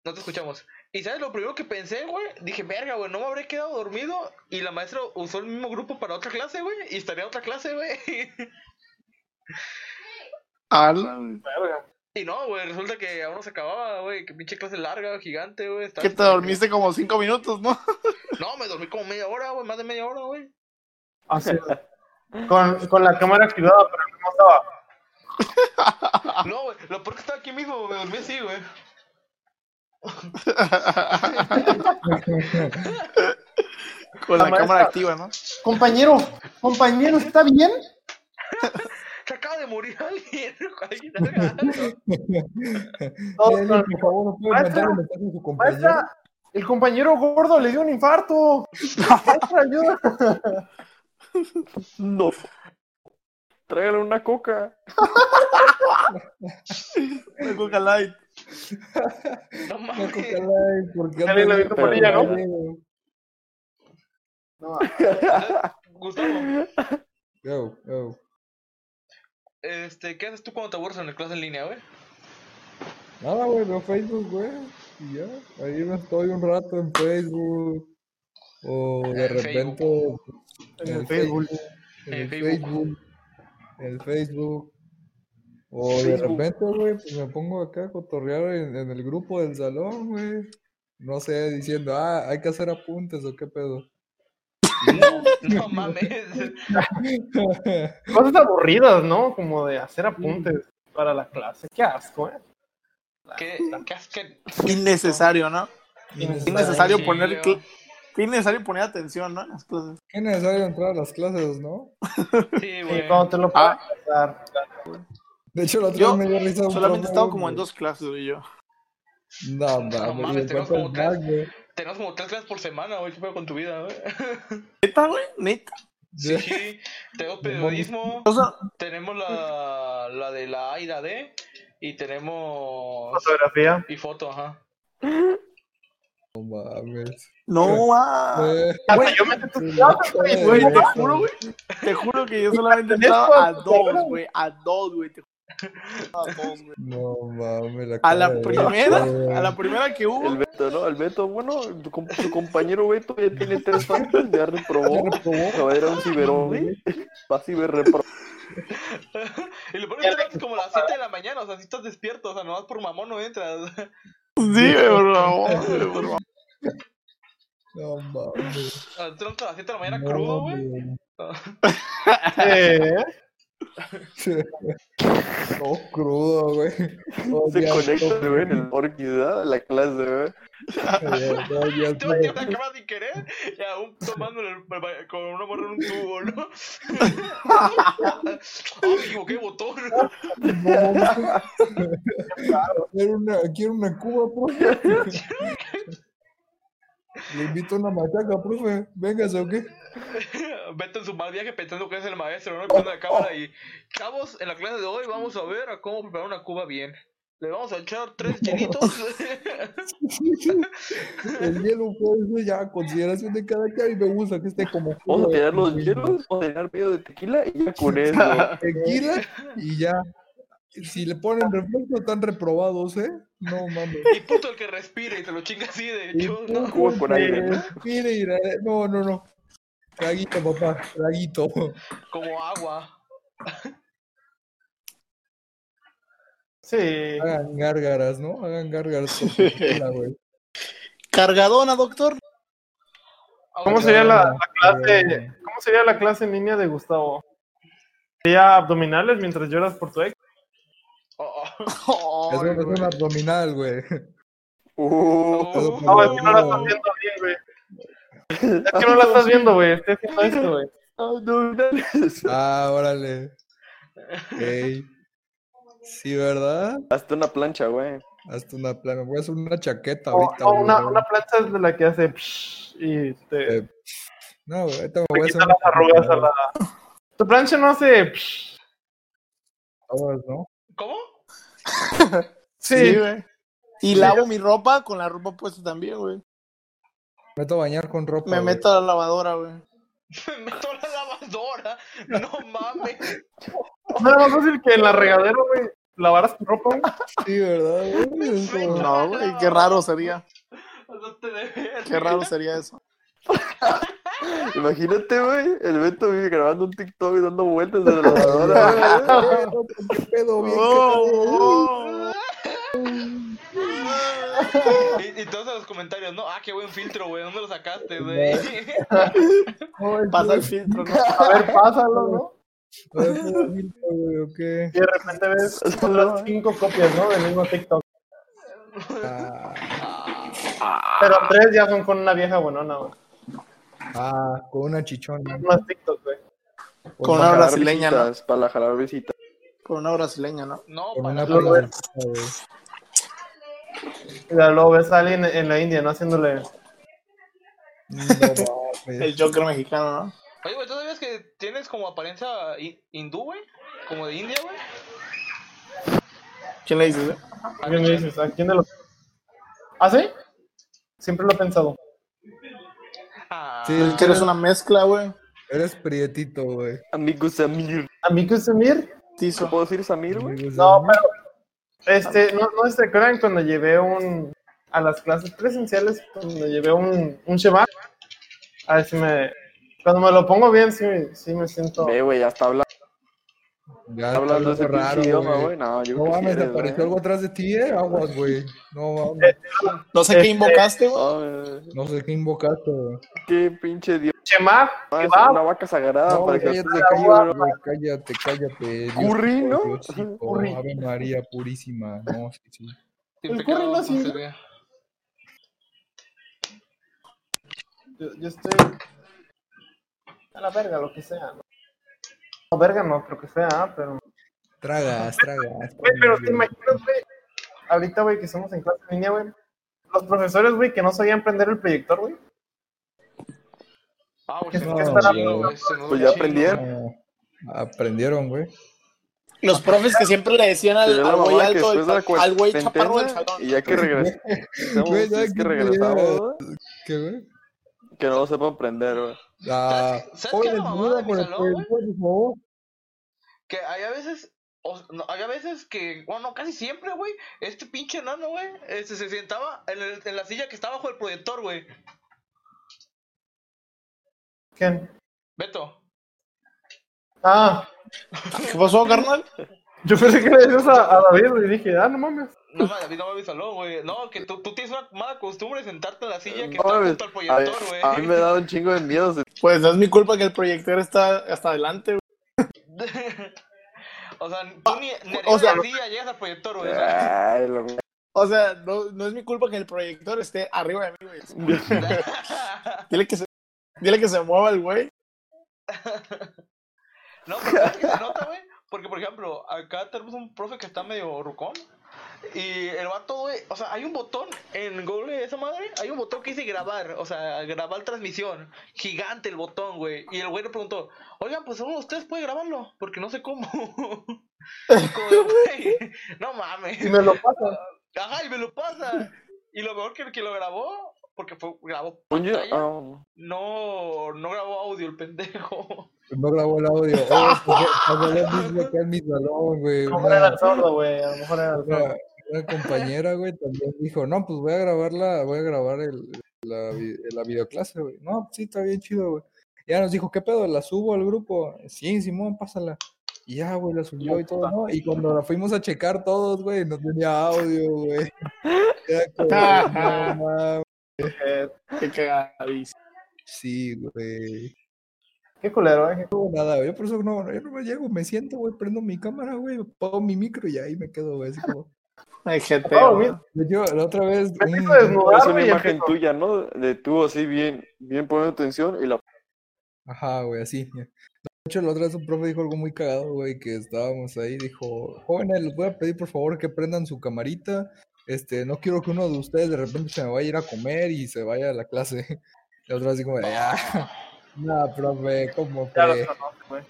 No te escuchamos. Y sabes lo primero que pensé, güey, dije, verga, güey, no me habré quedado dormido. Y la maestra usó el mismo grupo para otra clase, güey. Y estaría otra clase, güey. Ala, Y no, güey, resulta que aún no se acababa, güey. Que pinche clase larga, gigante, güey. estaba- que te dormiste como cinco minutos, ¿no? No, me dormí como media hora, güey, más de media hora, güey. Así. Con, con la cámara activada, pero no estaba. Ah. No, güey, lo peor que estaba aquí mismo, güey, me dormí así, güey. Con la La maestra- cámara activa, ¿no? Compañero, compañero, ¿está bien? Se acaba de morir alguien. alguien haga algo. Todos Eli, con- por favor, no puede Maestra, mandar un mensaje a su compañero. Maestra, el compañero gordo le dio un infarto. Maestra, ayuda. No. Tráigale una coca. Una Coca Light. No No, mames. cócala, ¿eh? Porque Eli, anda la bien vi con pero polilla, ¿no? bien. No, Gustavo, Go, go. este, ¿qué haces tú cuando te aburres en la clase en línea, güey? Nada, güey, veo Facebook, güey. Y ya. Ahí me estoy un rato en Facebook. O de En repente. en el Facebook. En En el Facebook. Facebook. En el Facebook. O de repente, güey, pues me pongo acá a cotorrear en, en el grupo del salón, güey. No sé, diciendo, ah, hay que hacer apuntes o qué pedo. No mames. Cosas aburridas, ¿no? Como de hacer apuntes para la clase. Qué asco, ¿eh? ¿Qué, qué haces que.? Innecesario, ¿no? Innecesario Sí, poner Leo. cl- Qué innecesario poner atención, ¿no? En las clases. Es necesario entrar a las clases, ¿no? Sí, Y güey. cuando te lo puedes Ah. pasar. De hecho, la otra Yo vez me dio risa un Solamente he profe, estado güey. como en dos clases, güey, yo. No No, mames, mames, le tenemos falta como el tres. Mac, güey. Tenemos como tres clases por semana, güey. ¿Qué pedo con tu vida, güey? ¿Neta, güey? ¿Neta? Sí, sí. Tenemos periodismo. O sea, Tenemos la, la de la A y la D. Y tenemos. Fotografía. Y foto, ajá. No mames. no, ah. Eh, Güey, Yo me güey, güey, te juro, güey. Te juro que yo solamente he estado a dos, güey. A dos, güey. te juro, A dos, güey. No mames, la A cara la de- primera, a la primera que El hubo, Beto, ¿no? El Beto, bueno, tu, com- tu compañero Beto ya tiene tres años, ya reprobó. Ya reprobó. Se va a ir a un ciberón, ¿sí? Va a ciberrepro. Y lo ponen como las 7 de la mañana, o sea, si estás despierto, o sea, nomás por mamón no entras. sí, güey, por favor, güey, por favor. No mames. Entras a las 7 de la mañana no crudo, güey. mames. ¿Qué? No, crudo, güey. Todo Se día- conecta, todo- güey, en el porquidad, la clase, güey. todo día- Tú que te acabas de querer y aún tomándole el- el- con una morra en un tubo, ¿no? Ah, me equivoqué, botón. Quiero una, quiero una cuba, profe. Le invito una machaca, profe. Véngase, ¿o qué? Vete en su mal viaje pensando que es el maestro, ¿no? Y pone la cámara y. Chavos, en la clase de hoy vamos a ver a cómo preparar una cuba bien. Le vamos a echar tres chinitos. El hielo fue eso ya, consideración de cada quien. Y me gusta que esté como. Vamos a tirar los hielos, vamos a tirar medio de tequila y ya con eso. Ah, Tequila y ya. Si le ponen refresco, están reprobados, ¿eh? No mames. y puto el que respire y te lo chinga así de hecho. Un cubo con aire. Mire, mira, eh, no, no, no. Traguito, papá, traguito. Como agua. Sí. Hagan gárgaras, ¿no? Hagan gárgaras. con tequila, güey. Cargadona, doctor. ¿Cómo sería la, la Ah, clase? ¿Cómo sería la clase en línea de Gustavo? ¿Sería abdominales mientras lloras por tu ex? Oh, oh. Es un- es un abdominal, güey. Uh, Oh. No, es que no la estás viendo bien, güey. Es que no la estás viendo, güey. Estoy haciendo esto, güey. Ah, abdominales. Ah, órale. Ey. Sí, ¿verdad? Hasta una plancha, güey. Hasta una plana. Voy a hacer una chaqueta O, ahorita. o una, güey. una plancha es de la que hace psh, y te, Eh, No, güey, ahorita me te voy a hacer quita las una arrugas a la. Tu plancha no hace psh. Ahora, ¿no? ¿Cómo? Sí, Sí. güey. Y lavo mi ropa con la ropa puesta también, güey. Me meto a bañar con ropa. Me güey. meto a la lavadora, güey. Me meto a la lavadora. No mames. No era más fácil que en la regadera, güey, lavaras tu ropa, güey. Sí, ¿verdad? güey? Es como- No, güey, qué raro sería. No te dejes. Qué raro sería eso. Imagínate, güey, el Beto vive grabando un TikTok y dando vueltas desde la lavadora. güey. Ah, no, pues, ¿Qué pedo, bien? Y, y todos en los comentarios, no, ah, qué buen filtro, güey, ¿dónde lo sacaste, güey? Ay, Pasa el güey, filtro, ¿no? A ver, pásalo, ¿no? ay, pobre filtro, güey, ¿o qué? Y de repente ves otras cinco copias, ¿no? Del mismo TikTok. Ah, Pero tres ya son con una vieja buenona, güey. ah, con una chichona. Más TikTok, güey. Con una Para jalar brasileña, ¿no? visitas, Para jalar visitas. Con una brasileña, ¿no? No, Con para nada. una brasileña, güey. Y luego ves a alguien en la India, ¿no? Haciéndole. No mames. El Joker mexicano, ¿no? Oye, güey, ¿tú sabías que tienes como apariencia hi- hindú, güey? Como de India, güey. ¿Quién le dice? ¿A quién le dices? ¿A quién de los.? ¿Ah, sí? Siempre lo he pensado. Ah, Sí, el Que eres una mezcla, güey. Eres prietito, güey. Amigo Samir. ¿A mí que Samir? Tizo. ¿Puedo decir Samir, güey? Amigos, No, pero. Este, no, no se acuerdan cuando llevé un. A las clases presenciales, cuando llevé un, un Shema. A ver si me. Cuando me lo pongo bien, sí, me- sí me siento. Ve, güey, ya está hablando, está Ya está hablando ese pinche hablando raro, idioma, güey. güey. No, yo creo que No sí mames, eres, apareció güey. algo atrás de ti, eh. Aguas, güey. No mames. No sé qué invocaste, güey. Ah, güey, No sé qué invocaste, güey. Qué pinche idioma. Shema, Es va? una vaca sagrada No, Ah, para que cállate, se cállate, güey, cállate, cállate. Dios Curry, mío, ¿no? Diosito, Curry. Ave María purísima. No, sí, sí. sin el pecado curry no es no hindú. se vea. Yo, yo estoy. A la verga, lo que sea. ¿no? No, verga no, creo que sea, ah, pero. Tragas, tragas. Güey, pero te güey. imaginas, güey. Ahorita, güey, que estamos en clase en línea, güey. Los profesores, güey, que no sabían prender el proyector, güey. Ah, güey, se No, nos ve un güey. chingo, güey, se nos Pues ve ya un chingo. aprendieron. No, aprendieron, güey. Los profes que siempre le decían Sería al, la al mamá güey que alto, después de la del- al güey chaparro del cuarentena y salón. ya que regresamos, Güey, si es que ya, regresamos, ya. güey, ¿Qué, güey? que no lo sepan prender, güey. La... ¿Sabes- sabes qué Joven, es la mamada de mi con el salón, güey? proyector, por favor. Que hay a veces, o- no, hay a veces que, bueno, casi siempre, güey, este pinche enano, güey, este, se sentaba en, el- en la silla que está bajo el proyector, güey. ¿Quién? Beto. Ah, ¿Qué pasó, carnal? yo pensé que le decías a, a David, güey, y dije, ah, no mames. No, ma- David, no me salón, güey. No, que tú, tú tienes una mala costumbre de sentarte en la silla que No, está güey, junto a, al mí, proyector, güey. a mí me da un chingo de miedo se- Pues no es mi culpa que el proyector está hasta adelante, güey. o sea, Ah, tú ni, ni o o sea, la silla llegas al proyector, güey. o sea, Ay, la m- O sea, no, no es mi culpa que el proyector esté arriba de mí, güey. Dile que se, dile que se mueva el güey. No, pero ¿sabes qué se nota, güey? Porque, por ejemplo, acá tenemos un profe que está medio rucón. Y el vato, güey, o sea, hay un botón en Google de esa madre, hay un botón que dice grabar, o sea, grabar transmisión. Gigante el botón, güey. Y el güey le preguntó, oigan, pues solo ustedes pueden grabarlo, porque no sé cómo. Y como de, "Güey, no mames. Y me lo pasa. Ajá, y me lo pasa. Y lo mejor que, que lo grabó, porque fue, grabó Oye, pantalla, ah, no, no grabó audio el pendejo. No grabó el audio. Oh, pues, pues, era el mismo acá en mi salón, güey. A lo mejor era Una, el sordo, güey. A lo mejor era el sordo. una- una compañera, güey, también dijo, no, pues voy a grabar la, voy a grabar el, la, vi- la videoclase, güey. No, sí, está bien chido, güey. Ya nos dijo, ¿qué pedo? ¿La subo al grupo? Sí, Simón, pásala. Y ya, güey, la subió y todo, ¿no? Y cuando la fuimos a checar todos, güey, no tenía audio, güey. Era como, Ah. no mames. Qué cagadísimo. Sí, güey. Qué culero, ¿eh? No, nada, yo por eso no, yo no me llego, me siento, güey, prendo mi cámara, güey, apago mi micro y ahí me quedo, güey, así como... Ay, No, jeteo. mira, Yo la otra vez... me un- empiezo a es desnudar, una güey. y imagen empiezo- tuya, ¿no? De tú así bien, bien poniendo atención y la... Ajá, güey, así. ya. De hecho, la otra vez un profe dijo algo muy cagado, güey, que estábamos ahí, dijo, jóvenes, les voy a pedir por favor que prendan su camarita, este, no quiero que uno de ustedes de repente se me vaya a ir a comer y se vaya a la clase. La otra vez así como, de, ah, no, profe, como Ya los que... conozco, güey.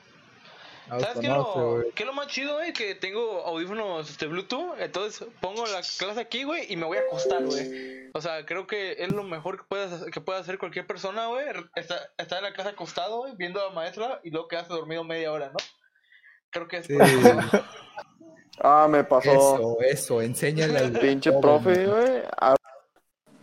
¿Sabes qué es autonoce, lo, güey". qué es lo más chido, güey? Que tengo audífonos este, Bluetooth, entonces pongo la clase aquí, güey, y me voy a acostar, güey. O sea, creo que es lo mejor que puede, que puede hacer cualquier persona, güey. Estar, estar en la clase acostado, güey, viendo a la maestra y luego quedarse dormido media hora, ¿no? Creo que es. Sí, Ah, me pasó. eso, eso, enséñale al Pinche joven, profe, güey. hab-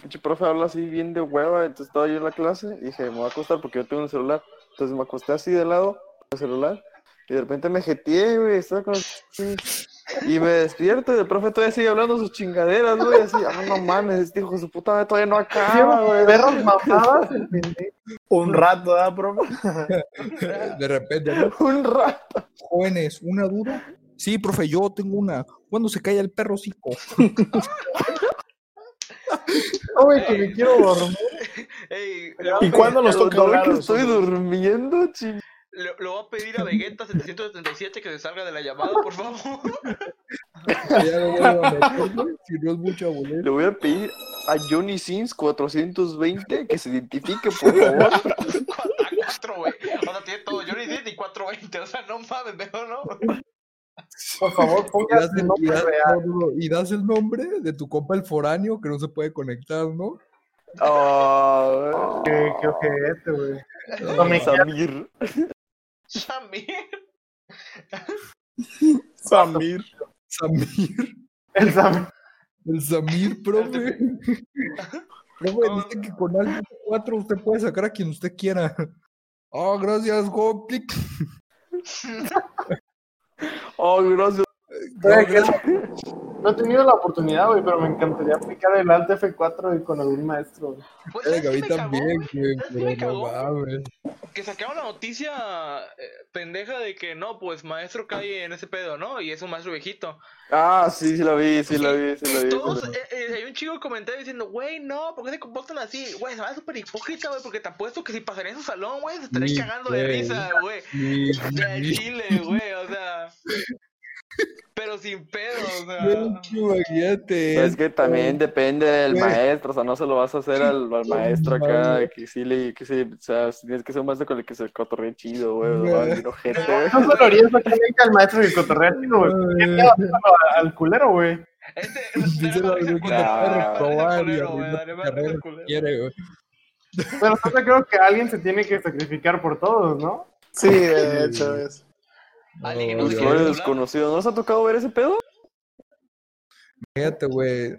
Pinche profe habla así bien de hueva. Entonces estaba yo en la clase. Dije, me voy a acostar porque yo tengo el celular. Entonces me acosté así de lado, el celular. Y de repente me jeteé, güey. Estaba con. Y me despierto y el profe todavía sigue hablando sus chingaderas, güey. Así, ah, no mames, este hijo de su puta madre todavía no acaba, güey. Perros mamadas, el pendejo. Un rato, ¿verdad, profe? De repente, ¿no? Un rato. jóvenes, una duda. Sí, profe, yo tengo una. ¿Cuándo se cae el perro cico? No, güey, que me quiero dormir. pues, Ey, ¿Y cuándo nos Lo toca lo hablar? que estoy durmiendo, ching. le, le voy a pedir a Vegeta777 que se salga de la llamada, por favor. Ya no vuelvo a meter, güey, si no es mucha boleta. Le voy a pedir a Johnny Sins 420 que se identifique, por favor. Cuatro, cuatro, güey. O sea, tiene todo. Yo ni 10 ni 420. O sea, no mames, mejor no. Por favor, Y pongas das, tu el, y nombre das- real. no, no, no, y das el nombre de tu compa el foráneo que no se puede conectar, ¿no? Ah, Qué, qué ojete, güey. Ah, No me quiero Samir. Samir. Samir. Samir, el Sam. el Samir, profe. Profe, dice que con Alfa 4 usted puede sacar a quien usted quiera. Oh, gracias, Gopic. Oh, gracias. Güey, que No he tenido la oportunidad, güey, pero me encantaría aplicar el Alt F4 y con algún maestro. güey. Pues, ¿sabes Eh, qué a mí me cagó, también, güey? güey, ¿Sabes qué me pero no cagó? mames. que sacaron la noticia eh, pendeja de que no, pues maestro cae en ese pedo, ¿no? Y es un maestro viejito. Ah, sí, sí la vi, sí la vi, sí la Y vi. sí todos, la vi. eh, eh, hay un chico comentando diciendo, güey, no, ¿por qué se comportan así? Güey, se va súper hipócrita, güey, porque te apuesto que si pasaría en su salón, güey, se estarían Sí, cagando de güey. risa, güey. Sí, De sí. Chile, güey, o sea. Pero sin pedo, o sea. Pinche baguete, Pero Pues es que también depende del Güey. maestro, o sea, no se lo vas a hacer al, al Sí, maestro acá, madre. que sí le, que sí, o sea, si tienes que ser un maestro con el que se cotorree chido, güey, Güey. va a venir ojete, güey. No solo haría exactamente al maestro de cotorrear, sino güey, ¿qué Ay. le va a hacer al- al culero, güey? Este, Dice Daré la madres al vergüenza que culero, daré te madres al roban y culero, güey, arruinar daré tu madres carrera. al culero. Quiere, güey. Pero yo creo que alguien se tiene que sacrificar por todos, ¿no? Sí, de hecho es. Alguien que No, no Los se quiere flores titular. desconocidos, ¿no os ha tocado ver ese pedo? Fíjate, güey.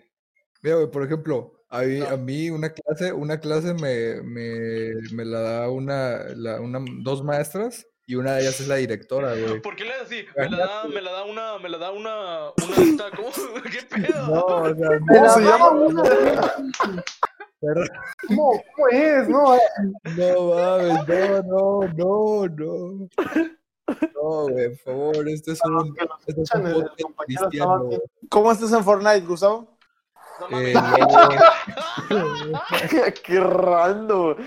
Mira, güey, por ejemplo, a mí, a mí una clase, una clase me, me, me la da una, la- una, dos maestras y una de ellas es la directora, güey. ¿Por qué le así? Me la da, me la da una, me la da una, una esta, ¿cómo? ¿Qué pedo? No, o sea, no, ¿Cómo se llama? perra, ¿Cómo, cómo es? No, no mames, no, no, no, no. No, güey, por favor, este es un, que nos este es escuchan, un el podcast compañero estaba cristiano, aquí. güey. ¿Cómo estás en Fortnite, Gustavo? No mames. Eh, no. Qué rando.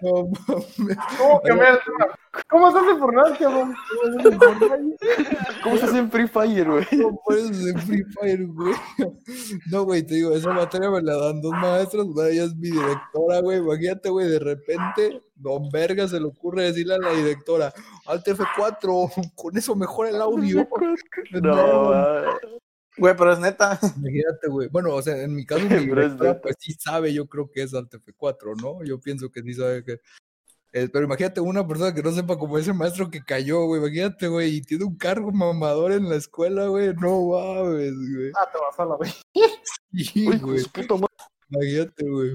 No, mames. ¿Cómo cambiar el tema? ¿Cómo se hace Fortnite, cabrón? ¿Cómo se hace Fortnite? ¿Cómo se hace en Free Fire, güey? No puedes de Free Fire, güey. No, güey, te digo, esa materia me la dan dos maestros, una de ellas es mi directora, güey. Imagínate, güey, de repente, don Verga se le ocurre decirle a la directora, alt F4, con eso mejora el audio. No, ah. va. Güey, pero es neta. Imagínate, güey. Bueno, o sea, en mi caso, mi Pero es directora, neta. pues sí sabe, yo creo que es Alt F4, ¿no? Yo pienso que sí sabe que. Eh, pero imagínate una persona que no sepa como ese maestro que cayó, güey. Imagínate, güey, y tiene un cargo mamador en la escuela, güey. No mames, güey. Ah, te vas a la vez. Sí, Uy, güey. pues, puta madre. Imagínate, güey.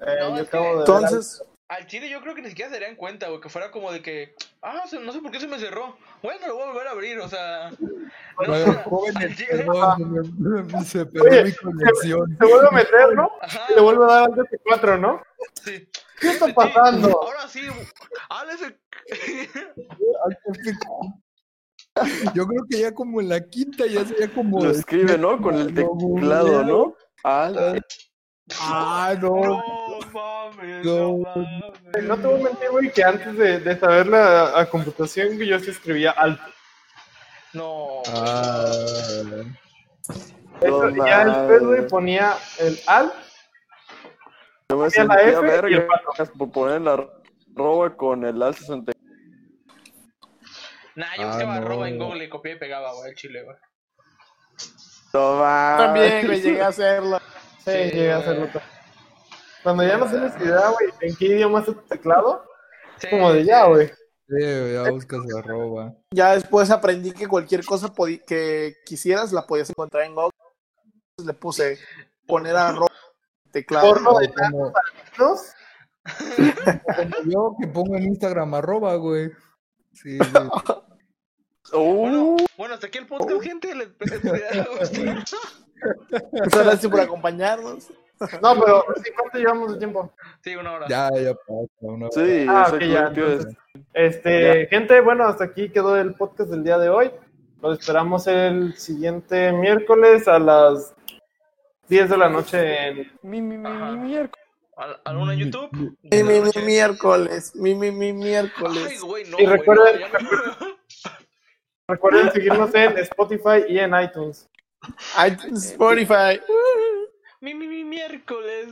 Eh, No, es yo que- acabo de ver Entonces, Al chile yo creo que ni siquiera se darían cuenta, güey, que fuera como de que, ah, se- no sé por qué se me cerró. Bueno, lo voy a volver a abrir, o sea... No, o Bueno, sea, al jóvenes, chile- ah. perdón, se me- se perdió mi conexión. al- Te vuelvo a meter, ¿no? Ajá, Y le vuelvo a dar al DT4, ¿no? sí. ¿Qué está Sí, pasando? Ahora sí, Alex... Yo creo que ya como en la quinta ya sería como. Lo escribe, ¿no? Con el teclado, ¿no? Ah, Ah, no. No mames, No. no mames. No te voy a mentir, güey, que antes de, de saber la a computación, güey, yo sí escribía alto. No. Ah. Eso, No ya después, güey, mames. ponía el alt. No me Ponía sentía la F y el verga pato. por poner la roba con el al 60. Nah, yo Ah, buscaba no. arroba en Google y copié y pegaba, güey, al chile, güey. No mames. también, güey, llegué a hacerla. Sí, llegué a hacerlo. todo. Cuando ya no tienes idea, güey, en qué idioma es tu teclado, Sí, como de sí. ya, güey. Sí, eh, ya buscas arroba. Ya después aprendí que cualquier cosa podi- que quisieras la podías encontrar en Google. Entonces le puse poner a ro- teclado. Porno de Como, tantos, como yo que pongo en Instagram arroba, güey. Sí, güey. Uh, Bueno, bueno, hasta aquí el podcast, gente. Les espero que les haya gustado. Muchas gracias por acompañarnos. No, pero sí, ¿cuánto llevamos de tiempo? Sí, una hora. ya, ya pasa. Una sí, Ah, eso ok, es ya, lo que iba a decir. Este, gente, bueno, hasta aquí quedó el podcast del día de hoy. Los esperamos el siguiente miércoles a las 10 de la noche en Mi, mi, mi, Ajá. mi miércoles. Al- ¿Alguna en YouTube? Mi, mi, mi, Buenas noches. miércoles. Mi, mi, mi, Ay, miércoles. güey, no. Y güey, recuerden- no, ya me- Recuerden seguirnos en Spotify y en iTunes. iTunes, Spotify. Mi, mi, mi miércoles.